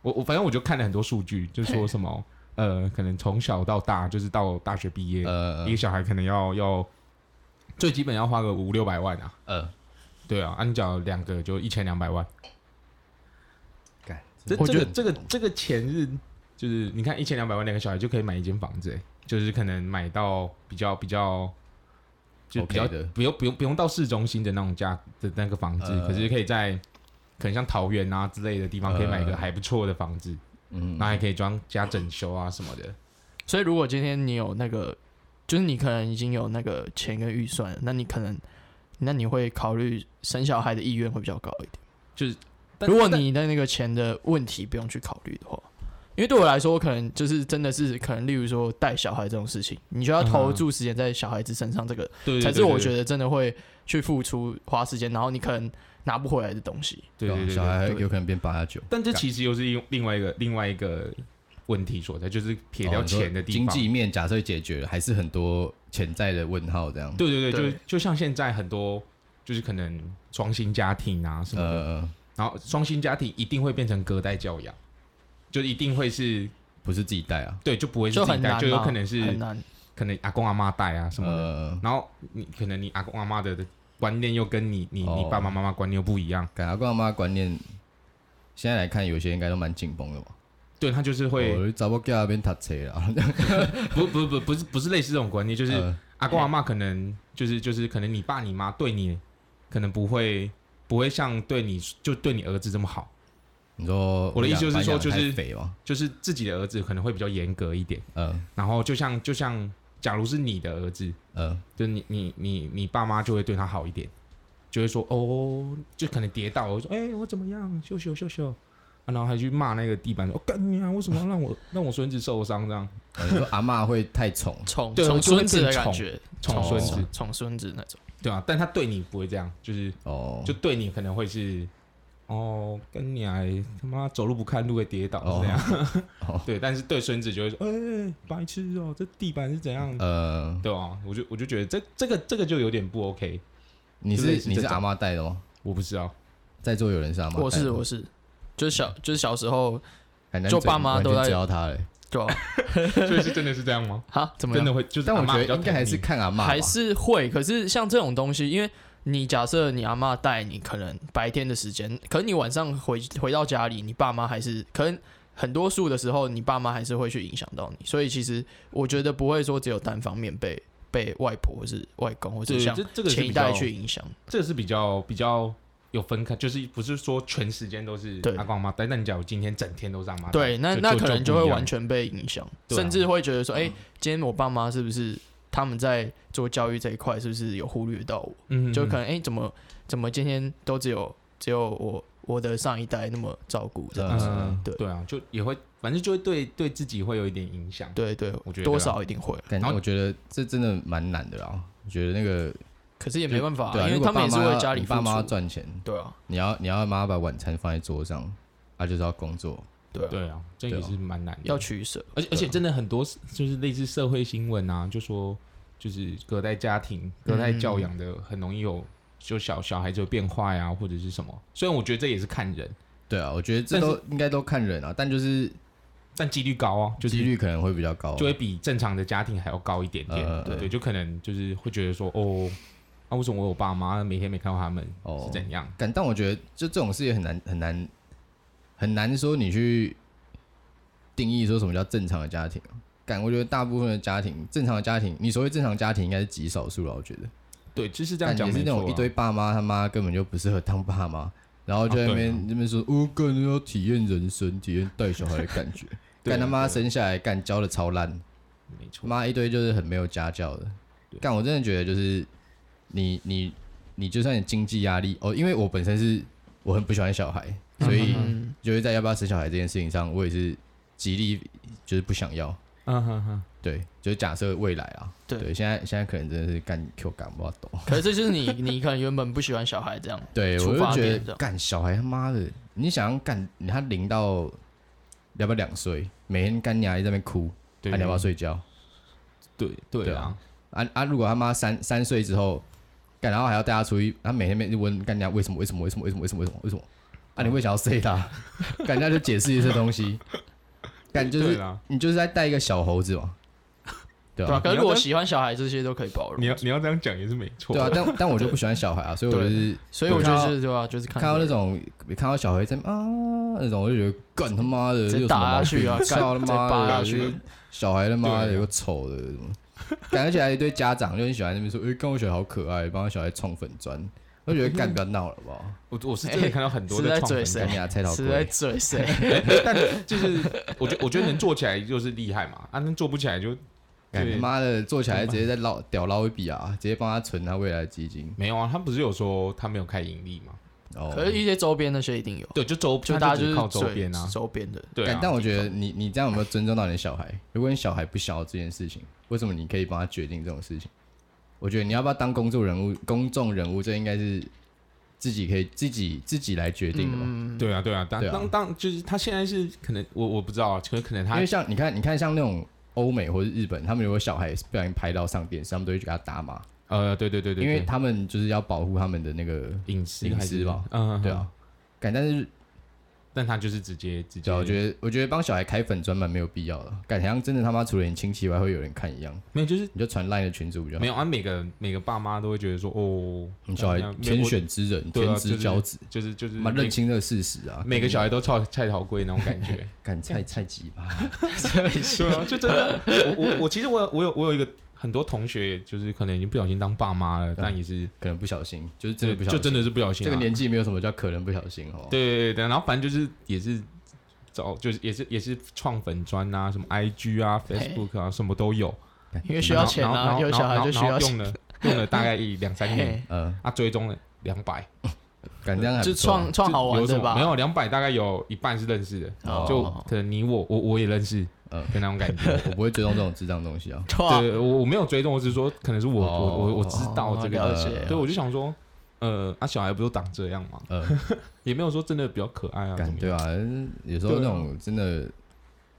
[SPEAKER 2] 我我反正我就看了很多数据，就说什么呃，可能从小到大就是到大学毕业，
[SPEAKER 1] 呃
[SPEAKER 2] 一个小孩可能要要最基本要花个五六百万啊，
[SPEAKER 1] 呃，
[SPEAKER 2] 对啊，按缴两个就一千两百万，
[SPEAKER 1] 干，
[SPEAKER 2] 这
[SPEAKER 3] 我
[SPEAKER 2] 这
[SPEAKER 3] 觉
[SPEAKER 2] 个
[SPEAKER 3] 得
[SPEAKER 2] 这个这个钱是就是你看一千两百万两个小孩就可以买一间房子、欸，就是可能买到比较比较。就比较
[SPEAKER 1] OK 的
[SPEAKER 2] 不用不用不用到市中心的那种价的那个房子，
[SPEAKER 1] 呃
[SPEAKER 2] 可是可以在可能像桃园啊之类的地方，可以买一个
[SPEAKER 1] 呃
[SPEAKER 2] 还不错的房子，
[SPEAKER 1] 嗯
[SPEAKER 2] 那、，还可以装加整修啊什么的。
[SPEAKER 3] 所以如果今天你有那个，就是你可能已经有那个钱跟预算了，那你可能，那你会考虑生小孩的意愿会比较高一点。
[SPEAKER 2] 就是但
[SPEAKER 3] 如果你的那个钱的问题不用去考虑的话，因为对我来说，我可能就是真的是可能，例如说带小孩这种事情，你就要投注时间在小孩子身上，这个、
[SPEAKER 2] 嗯对
[SPEAKER 3] 才是我觉
[SPEAKER 2] 得
[SPEAKER 3] 得真的会去付出花时间，然后你可能拿不回来的东西。
[SPEAKER 2] 对对
[SPEAKER 1] 吧啊
[SPEAKER 2] 对对
[SPEAKER 1] 小孩
[SPEAKER 3] 对
[SPEAKER 1] 有可能变八加九，
[SPEAKER 2] 但这其实又是另另外一个另外一个问题所在，就是撇掉
[SPEAKER 1] 哦你说
[SPEAKER 2] 钱的地
[SPEAKER 1] 经
[SPEAKER 2] 方。
[SPEAKER 1] 济面假设解决了，还是很多潜在的问号这样。
[SPEAKER 2] 对对对，
[SPEAKER 3] 对
[SPEAKER 2] 就就像现在很多就是可能双薪家庭啊什么的，
[SPEAKER 1] 呃，
[SPEAKER 2] 然后双薪家庭一定会变成隔代教养，就一定会是
[SPEAKER 1] 不是自己带啊，
[SPEAKER 2] 对，就不会是
[SPEAKER 3] 就
[SPEAKER 2] 自己
[SPEAKER 3] 很难
[SPEAKER 2] 带，
[SPEAKER 3] 嘛，
[SPEAKER 2] 就有可能
[SPEAKER 3] 很
[SPEAKER 2] 是
[SPEAKER 3] 难，
[SPEAKER 2] 可能阿公阿妈带啊什么的。
[SPEAKER 1] 呃，
[SPEAKER 2] 然后你可能你阿公阿妈的观念又跟你你
[SPEAKER 1] 哦
[SPEAKER 2] 你爸爸妈妈观念又不一样，
[SPEAKER 1] 感阿公阿妈观念，现在来看有些应该都蛮紧绷的嘛。
[SPEAKER 2] 对他就是
[SPEAKER 3] 哦
[SPEAKER 2] 会
[SPEAKER 1] 我查某囝那边读册啦，
[SPEAKER 2] 不不不不是不是类似这种观念，就 是
[SPEAKER 1] 呃
[SPEAKER 2] 阿公阿妈可能就是就是可能你爸你妈对你可能不会不会像对你就对你儿子这么好，
[SPEAKER 1] 你说
[SPEAKER 2] 我的意思就是
[SPEAKER 1] 把你
[SPEAKER 2] 说
[SPEAKER 1] 养得
[SPEAKER 2] 就是
[SPEAKER 1] 太肥嘛，
[SPEAKER 2] 就是自己的儿子可能会比较严格一点。
[SPEAKER 1] 呃
[SPEAKER 2] 然后就像就像，假如是你的儿子，
[SPEAKER 1] 呃，
[SPEAKER 2] 就你你你你爸妈就会对他好一点，就会说哦，就可能跌倒，我说哎、我怎么样，秀秀秀秀。啊然后还去骂那个地板，说哦干你啊！为什么要让我让我孙子受伤这样？
[SPEAKER 1] 呃你说阿嬷会太宠，
[SPEAKER 3] 宠
[SPEAKER 2] 对
[SPEAKER 3] 宠
[SPEAKER 2] 就会
[SPEAKER 3] 孙子
[SPEAKER 2] 变
[SPEAKER 3] 的感
[SPEAKER 2] 宠
[SPEAKER 3] 觉，
[SPEAKER 2] 宠孙子，
[SPEAKER 3] 宠孙子那种。
[SPEAKER 2] 对啊，但他对你不会这样，就是
[SPEAKER 1] 哦，
[SPEAKER 2] 就对你可能会是哦，跟你啊，他妈走路不看路会跌倒
[SPEAKER 1] 哦
[SPEAKER 2] 这样。
[SPEAKER 1] 哦
[SPEAKER 2] 对，但是对孙子就会说，哎、白痴哦，这地板是怎样？
[SPEAKER 1] 呃，
[SPEAKER 2] 对啊，我就我就觉得这这个这个就有点不 OK，
[SPEAKER 1] 你
[SPEAKER 2] 就类似
[SPEAKER 1] 是
[SPEAKER 2] 这
[SPEAKER 1] 你是
[SPEAKER 2] 种
[SPEAKER 1] 阿嬷带的吗？
[SPEAKER 2] 我不 知道。
[SPEAKER 1] 在座有人是阿嬷带的吗？
[SPEAKER 3] 我是我是，就是小就是小时候
[SPEAKER 1] 感觉
[SPEAKER 3] 就爸妈都在
[SPEAKER 1] 教他嘞，
[SPEAKER 3] 对 吧？
[SPEAKER 2] 所以是真的是这样吗？
[SPEAKER 3] 哈，怎么
[SPEAKER 2] 真
[SPEAKER 3] 样
[SPEAKER 2] 的？会，就是
[SPEAKER 1] 但我
[SPEAKER 2] 阿嬷
[SPEAKER 1] 觉得
[SPEAKER 2] 比较
[SPEAKER 1] 应该还是
[SPEAKER 2] 疼
[SPEAKER 1] 看阿嬷吧，
[SPEAKER 3] 还是会，可是像这种东西，因为你假设你阿嬷带你，可能白天的时间，可是你晚上回回到家里，你爸妈还是可能很多数的时候，你爸妈还是会去影响到你，所以其实我觉得不会说只有单方面被被外婆或是外公或
[SPEAKER 2] 你
[SPEAKER 3] 者
[SPEAKER 2] 对，
[SPEAKER 3] 像
[SPEAKER 2] 这这个是
[SPEAKER 3] 前一
[SPEAKER 2] 比较
[SPEAKER 3] 代去，影响，
[SPEAKER 2] 这个是比较比较有分开，就是不是说全时间都是
[SPEAKER 3] 对
[SPEAKER 2] 阿公阿妈带，但你假如今天整天都是阿妈带，
[SPEAKER 3] 对，那
[SPEAKER 2] 就
[SPEAKER 3] 那可能就
[SPEAKER 2] 就不
[SPEAKER 3] 会
[SPEAKER 2] 一样
[SPEAKER 3] 完全被影响，
[SPEAKER 2] 对啊
[SPEAKER 3] 甚至会觉得说，哎、今天我爸妈是不是他们在做教育这一块，是不是有忽略到我？
[SPEAKER 2] 嗯
[SPEAKER 3] 就可
[SPEAKER 2] 能
[SPEAKER 3] 能哎、诶怎么怎么今天都只有只有我我的上一代那么照顾这样子，
[SPEAKER 2] 嗯
[SPEAKER 3] 呃对
[SPEAKER 2] 对啊，就也会反正就会对对自己会有一点影响。
[SPEAKER 3] 对对，
[SPEAKER 2] 我觉得啊
[SPEAKER 3] 多少一定会，
[SPEAKER 1] 感
[SPEAKER 2] 然
[SPEAKER 1] 觉
[SPEAKER 2] 后
[SPEAKER 1] 我觉得这真的蛮难的啦。我觉得那个
[SPEAKER 3] 可是也没办法、
[SPEAKER 1] 对啊，
[SPEAKER 3] 因为
[SPEAKER 1] 如果
[SPEAKER 3] 他们也是
[SPEAKER 1] 爸妈
[SPEAKER 3] 为家里
[SPEAKER 1] 你
[SPEAKER 3] 付
[SPEAKER 1] 爸妈
[SPEAKER 3] 出，
[SPEAKER 1] 赚钱，
[SPEAKER 3] 对啊
[SPEAKER 1] 你要你要妈妈把晚餐放在桌上，啊就是要工作，
[SPEAKER 3] 对啊，
[SPEAKER 2] 对啊，这也是蛮难的。
[SPEAKER 3] 要取舍，
[SPEAKER 2] 而且而且
[SPEAKER 1] 啊
[SPEAKER 2] 真的很多就是类似社会新闻啊，就说就是隔代家庭、隔代教养的，很容易有就小小孩子有变坏啊，或者是什么。虽然我觉得这也是看人，
[SPEAKER 1] 对啊，我觉得这都应该都看人啊，但就是
[SPEAKER 2] 但几率高啊，就
[SPEAKER 1] 几
[SPEAKER 2] 是
[SPEAKER 1] 率可能会比较高啊，
[SPEAKER 2] 就会比正常的家庭还要高一点点。
[SPEAKER 1] 呃
[SPEAKER 2] 对
[SPEAKER 1] 对
[SPEAKER 2] 就可能就是会觉得说，哦，啊，为什么我有爸妈每天没看到他们、
[SPEAKER 1] 哦
[SPEAKER 2] 是怎样？
[SPEAKER 1] 但但我觉得就这种事也很难很难很难说你去定义说什么叫正常的家庭啊。感我觉得大部分的家庭，正常的家庭，你所谓正常家庭应该是极少数了。我觉得，
[SPEAKER 2] 对，就是这样
[SPEAKER 1] 但
[SPEAKER 2] 讲
[SPEAKER 1] 也是
[SPEAKER 2] 没
[SPEAKER 1] 那
[SPEAKER 2] 错啊、
[SPEAKER 1] 种一堆爸妈他妈根本就不适合当爸妈，然后就在那边、
[SPEAKER 2] 啊
[SPEAKER 1] 那边说，哦，个人要体验人生，体验带小孩的感觉，
[SPEAKER 2] 对啊
[SPEAKER 1] 干他妈
[SPEAKER 2] 对啊
[SPEAKER 1] 生下来干教的超烂，
[SPEAKER 2] 没错，
[SPEAKER 1] 妈一堆就是很没有家教的，
[SPEAKER 2] 对
[SPEAKER 1] 干，我真的觉得就是你你你就算你经济压力哦，因为我本身是我很不喜欢小孩，所以
[SPEAKER 3] 嗯
[SPEAKER 1] 就是在要不要生小孩这件事情上，我也是极力就是不想要。
[SPEAKER 2] 嗯哼哼，
[SPEAKER 1] 对，就是假设未来啊，
[SPEAKER 3] 对
[SPEAKER 1] 现在现在可能真的是干 Q 干不懂。
[SPEAKER 3] 可是这就是你，你可能原本不喜欢小孩这样，
[SPEAKER 1] 对，
[SPEAKER 3] 出
[SPEAKER 1] 我
[SPEAKER 3] 发
[SPEAKER 1] 就觉
[SPEAKER 3] 点这
[SPEAKER 1] 得
[SPEAKER 3] 样
[SPEAKER 1] 干小孩他妈的，你想要干他零到要不要两岁，每天干牙在那边哭，
[SPEAKER 2] 对，
[SPEAKER 1] 啊你要不要睡觉？
[SPEAKER 2] 对对
[SPEAKER 1] 对
[SPEAKER 2] 啊
[SPEAKER 1] 啊，啊啊！如果他妈三三岁之后，干然后还要带他出去，他每天每问干人家为什么为什么为什么为什么为什么为什么为什么？啊，你会想要 say 他，干人家就解释一些东西，干就
[SPEAKER 2] 对
[SPEAKER 1] 是
[SPEAKER 2] 啦，
[SPEAKER 1] 你就是在带一个小猴子嘛，对啊
[SPEAKER 3] 对吧、
[SPEAKER 1] 吧？
[SPEAKER 3] 啊可是
[SPEAKER 2] 你要
[SPEAKER 3] 如果
[SPEAKER 2] 跟
[SPEAKER 3] 喜欢小孩，这些都可以包容。
[SPEAKER 2] 你要你要这样讲也是没错，
[SPEAKER 1] 对啊，但但我就不喜欢小孩啊，所以我就是
[SPEAKER 3] 所以我觉得就是对吧、啊就是看
[SPEAKER 1] 看到那种看到小孩在啊那种，我就觉得干他妈的，
[SPEAKER 3] 直接
[SPEAKER 1] 有什么
[SPEAKER 3] 打
[SPEAKER 1] 毛
[SPEAKER 3] 下去
[SPEAKER 1] 病
[SPEAKER 3] 啊干
[SPEAKER 1] 操他
[SPEAKER 3] 直接扒
[SPEAKER 1] 妈
[SPEAKER 3] 下
[SPEAKER 1] 的，
[SPEAKER 3] 去
[SPEAKER 1] 就是小孩他妈的
[SPEAKER 2] 对啊
[SPEAKER 1] 有个丑的什么，感觉起来一堆家长就很喜欢在那边说，哎，跟我小孩好可爱，帮他小孩冲粉砖，我就觉得干不要闹了好不 好？
[SPEAKER 2] 我我是真的看到很
[SPEAKER 3] 哎
[SPEAKER 2] 多
[SPEAKER 3] 是在
[SPEAKER 2] 的创
[SPEAKER 3] 嘴
[SPEAKER 2] 粉
[SPEAKER 3] 谁
[SPEAKER 2] 这
[SPEAKER 1] 干
[SPEAKER 2] 样
[SPEAKER 1] 你啊，菜头
[SPEAKER 3] 是在
[SPEAKER 1] 龟，
[SPEAKER 3] 嘴谁？
[SPEAKER 2] 但就是我觉我觉得能做起来就是厉害嘛，啊，能做不 起来就
[SPEAKER 1] 干
[SPEAKER 2] 对
[SPEAKER 1] 他妈的坐起来直接在捞屌捞一笔啊，直接帮他存他未来的基金。
[SPEAKER 2] 没有啊。他不是有说他没有开盈利吗？
[SPEAKER 1] 哦，
[SPEAKER 3] 可是一些周边那些一定有，
[SPEAKER 2] 对，就周
[SPEAKER 3] 就
[SPEAKER 2] 他
[SPEAKER 3] 大家
[SPEAKER 2] 只
[SPEAKER 3] 就是
[SPEAKER 2] 靠周
[SPEAKER 3] 嘴
[SPEAKER 2] 边啊，
[SPEAKER 3] 周边的。
[SPEAKER 2] 对
[SPEAKER 1] 干
[SPEAKER 2] 啊。
[SPEAKER 1] 但我觉得你你这样有没有尊重到你的小孩？如果你小孩不想要这件事情，为什么你可以帮他决定这种事情？我觉得你要不要当公众人物？公众人物这应该是自己可以自己自己来决定的嘛。
[SPEAKER 3] 嗯，
[SPEAKER 2] 对啊，对啊，当
[SPEAKER 1] 对啊
[SPEAKER 2] 当当，就是他现在是可能我我不知道啊，可可能
[SPEAKER 1] 因
[SPEAKER 2] 他
[SPEAKER 1] 为像你看，你看像那种欧美或是日本，他们如果小孩不小心拍到上电视，他们都会去给他打码，
[SPEAKER 2] 呃，对对对对，嗯
[SPEAKER 1] 因为
[SPEAKER 2] 对
[SPEAKER 1] 他们就是要保护他们的那个，
[SPEAKER 2] 隐私
[SPEAKER 1] 隐
[SPEAKER 2] 还
[SPEAKER 1] 私
[SPEAKER 2] 是
[SPEAKER 1] 吧，
[SPEAKER 2] 嗯，
[SPEAKER 1] 对，啊。感但是，
[SPEAKER 2] 但他就是直接直接，
[SPEAKER 1] 对啊，我觉得我觉得帮小孩开粉专蛮没有必要的，感觉像真的他妈除了你亲戚以外会有人看一样，
[SPEAKER 2] 没有，就是
[SPEAKER 1] 你就传烂的群主比较好
[SPEAKER 2] 没。有啊，每个每个爸妈都会觉得说，哦，
[SPEAKER 1] 你嗯小
[SPEAKER 2] 那
[SPEAKER 1] 孩
[SPEAKER 2] 那
[SPEAKER 1] 天
[SPEAKER 2] 我
[SPEAKER 1] 选之人，
[SPEAKER 2] 对啊
[SPEAKER 1] 天之骄子，
[SPEAKER 2] 就是就是
[SPEAKER 1] 妈
[SPEAKER 2] 每
[SPEAKER 1] 认清这个事实啊！
[SPEAKER 2] 每个小孩都操菜头龟那种感觉，
[SPEAKER 1] 敢菜菜鸡吧？
[SPEAKER 2] 对 啊，就真的，我我我其实我有我有我有一个很多同学，就是可能已经不小心当爸妈
[SPEAKER 3] 嗯
[SPEAKER 2] 了，
[SPEAKER 1] 对
[SPEAKER 2] 但也是
[SPEAKER 1] 可能不小心，就是真
[SPEAKER 2] 这
[SPEAKER 1] 的不小
[SPEAKER 2] 就
[SPEAKER 1] 心，
[SPEAKER 2] 真的是不小心啊，
[SPEAKER 1] 这个年纪没有什么叫可能不小心哦。
[SPEAKER 2] 对对对对，然后反正就是也是找就是也是也是创粉砖啊，什么 IG 啊、
[SPEAKER 3] 嘿
[SPEAKER 2] Facebook 啊，什么都有，
[SPEAKER 3] 因为需要钱
[SPEAKER 2] 然
[SPEAKER 3] 啊，
[SPEAKER 2] 后
[SPEAKER 3] 有小孩就需要
[SPEAKER 2] 然后然后然后
[SPEAKER 3] 钱。
[SPEAKER 2] 用了用 了大概一两三年，
[SPEAKER 3] 嘿
[SPEAKER 1] 嗯，
[SPEAKER 2] 啊，追踪了两百，
[SPEAKER 1] 敢这样还不
[SPEAKER 3] 就
[SPEAKER 1] 错啊
[SPEAKER 3] 创哦创好玩
[SPEAKER 2] 有什
[SPEAKER 3] 的
[SPEAKER 2] 么
[SPEAKER 3] 吧？
[SPEAKER 2] 没有两百，大概有一半是认识的，
[SPEAKER 1] 哦
[SPEAKER 2] 就可能你我我我也认识，
[SPEAKER 1] 嗯
[SPEAKER 2] 就那种感觉。
[SPEAKER 1] 我不会追踪这种智障东 西啊。
[SPEAKER 3] 哇，
[SPEAKER 2] 对，我我没有追踪，我只是说可能是我
[SPEAKER 1] 哦
[SPEAKER 2] 我我我知道
[SPEAKER 3] 哦
[SPEAKER 2] 这
[SPEAKER 3] 了
[SPEAKER 2] 个，
[SPEAKER 3] 解
[SPEAKER 2] 对，我就想说，呃，啊，小孩不都长这样嘛，
[SPEAKER 1] 呃，
[SPEAKER 3] 嗯
[SPEAKER 2] 也没有说真的比较可爱啊，怎
[SPEAKER 1] 敢
[SPEAKER 2] 么
[SPEAKER 1] 对
[SPEAKER 2] 样？啊
[SPEAKER 1] 吧？有时候那种真的，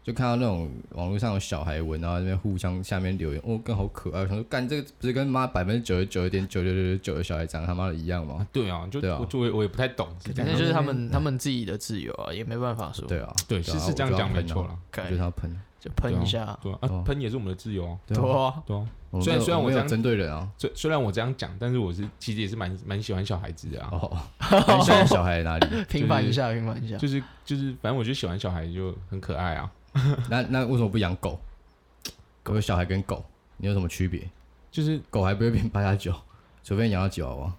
[SPEAKER 1] 就看到那种网络上有小孩文，然后在那边互相下面留言，哦，干好可爱。我想说，干这个不是跟妈百分之九十九点九九九九九的小孩长得他妈的一样吗？
[SPEAKER 2] 对啊，就
[SPEAKER 1] 对啊
[SPEAKER 2] 我就我也我也不太懂，是这
[SPEAKER 3] 那
[SPEAKER 2] 样
[SPEAKER 3] 就
[SPEAKER 2] 讲
[SPEAKER 3] 是他们他们自己的自由啊，也没办法说。
[SPEAKER 1] 对啊，
[SPEAKER 2] 嗯对，
[SPEAKER 1] 啊
[SPEAKER 2] 是是这样讲没错，啦。
[SPEAKER 1] 我就
[SPEAKER 3] ，OK，
[SPEAKER 1] 要喷啊
[SPEAKER 3] 就喷一下。
[SPEAKER 2] 对啊，
[SPEAKER 1] 对
[SPEAKER 2] 啊
[SPEAKER 1] 啊
[SPEAKER 2] 喷也是我们的自由啊，
[SPEAKER 1] 我就
[SPEAKER 3] 对
[SPEAKER 1] 要喷啊。
[SPEAKER 3] 啊，
[SPEAKER 2] 对啊。
[SPEAKER 1] 对啊，
[SPEAKER 2] 虽
[SPEAKER 1] 没
[SPEAKER 2] 然
[SPEAKER 1] 有
[SPEAKER 2] 虽然我
[SPEAKER 1] 没
[SPEAKER 2] 这
[SPEAKER 1] 有
[SPEAKER 2] 样
[SPEAKER 1] 针对人啊，
[SPEAKER 2] 虽虽然我这样讲，但是我是其实也是蛮蛮喜欢小孩子的啊，
[SPEAKER 1] 哦， 你喜欢小孩哪里？
[SPEAKER 3] 平反一下，平反一下。
[SPEAKER 2] 就是就是，反正我就喜欢小孩就很可爱啊，
[SPEAKER 1] 那那为什么不养狗？狗有小孩跟狗，你有什么区别？
[SPEAKER 2] 就是
[SPEAKER 1] 狗还不会变八加九， 除非你养到吉娃娃。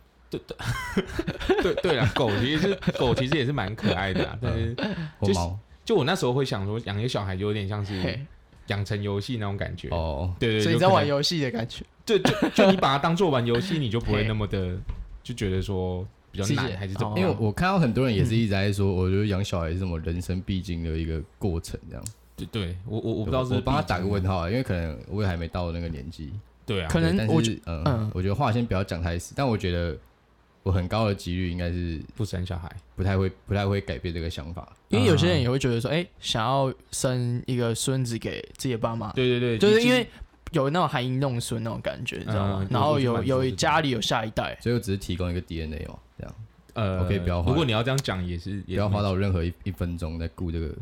[SPEAKER 2] 对对啦，狗其实是狗其实也是蛮可爱的啊，但是
[SPEAKER 3] 嗯
[SPEAKER 1] 或
[SPEAKER 2] 就是
[SPEAKER 1] 猫
[SPEAKER 2] 就我那时候会想说，养一个小孩有点像是
[SPEAKER 3] 嘿
[SPEAKER 2] 养成游戏那种感觉，
[SPEAKER 1] 哦，
[SPEAKER 2] 对对，
[SPEAKER 3] 所以你
[SPEAKER 2] 就
[SPEAKER 3] 在
[SPEAKER 2] 可能嗯
[SPEAKER 3] 玩游戏的感觉，
[SPEAKER 2] 就就就你把它当做玩游戏，你就不会
[SPEAKER 3] 嘿
[SPEAKER 2] 那么的就觉得说比较
[SPEAKER 1] 其实
[SPEAKER 2] 难还是怎么
[SPEAKER 1] 因
[SPEAKER 2] 样？
[SPEAKER 1] 为我看到很多人也是一直在说，我觉得养小孩是什么人生必经的一个过程，这样。
[SPEAKER 2] 对对，我我我不知道是
[SPEAKER 1] 我帮他
[SPEAKER 2] 必经
[SPEAKER 1] 打个问号啊，因为可能我也还没到那个年纪。
[SPEAKER 2] 对啊
[SPEAKER 3] 可，能
[SPEAKER 1] 对但
[SPEAKER 3] 我
[SPEAKER 1] 是嗯
[SPEAKER 3] 嗯，
[SPEAKER 1] 我觉得话先不要讲太死，但我觉得我很高的几率应该是
[SPEAKER 2] 不生小孩，
[SPEAKER 1] 不太会不太会改变这个想法。
[SPEAKER 3] 因为有些人也会觉得说，哎，想要生一个孙子给自己的爸妈，
[SPEAKER 2] 对对对，
[SPEAKER 3] 就是
[SPEAKER 2] 其实
[SPEAKER 3] 因为有那种含饴弄孙那种感觉，你知道吗
[SPEAKER 2] 嗯？
[SPEAKER 3] 然后有
[SPEAKER 2] 我就蛮
[SPEAKER 3] 有
[SPEAKER 2] 知道
[SPEAKER 3] 家里有下一
[SPEAKER 2] 啊
[SPEAKER 3] 代，
[SPEAKER 1] 所以我只是提供一个 DNA 嘛，这样
[SPEAKER 2] 呃，
[SPEAKER 1] 我可以不要花
[SPEAKER 2] 如果你要这样讲，也是
[SPEAKER 1] 不
[SPEAKER 2] 也
[SPEAKER 1] 要花
[SPEAKER 2] 到
[SPEAKER 1] 到任何一一分钟在顾这个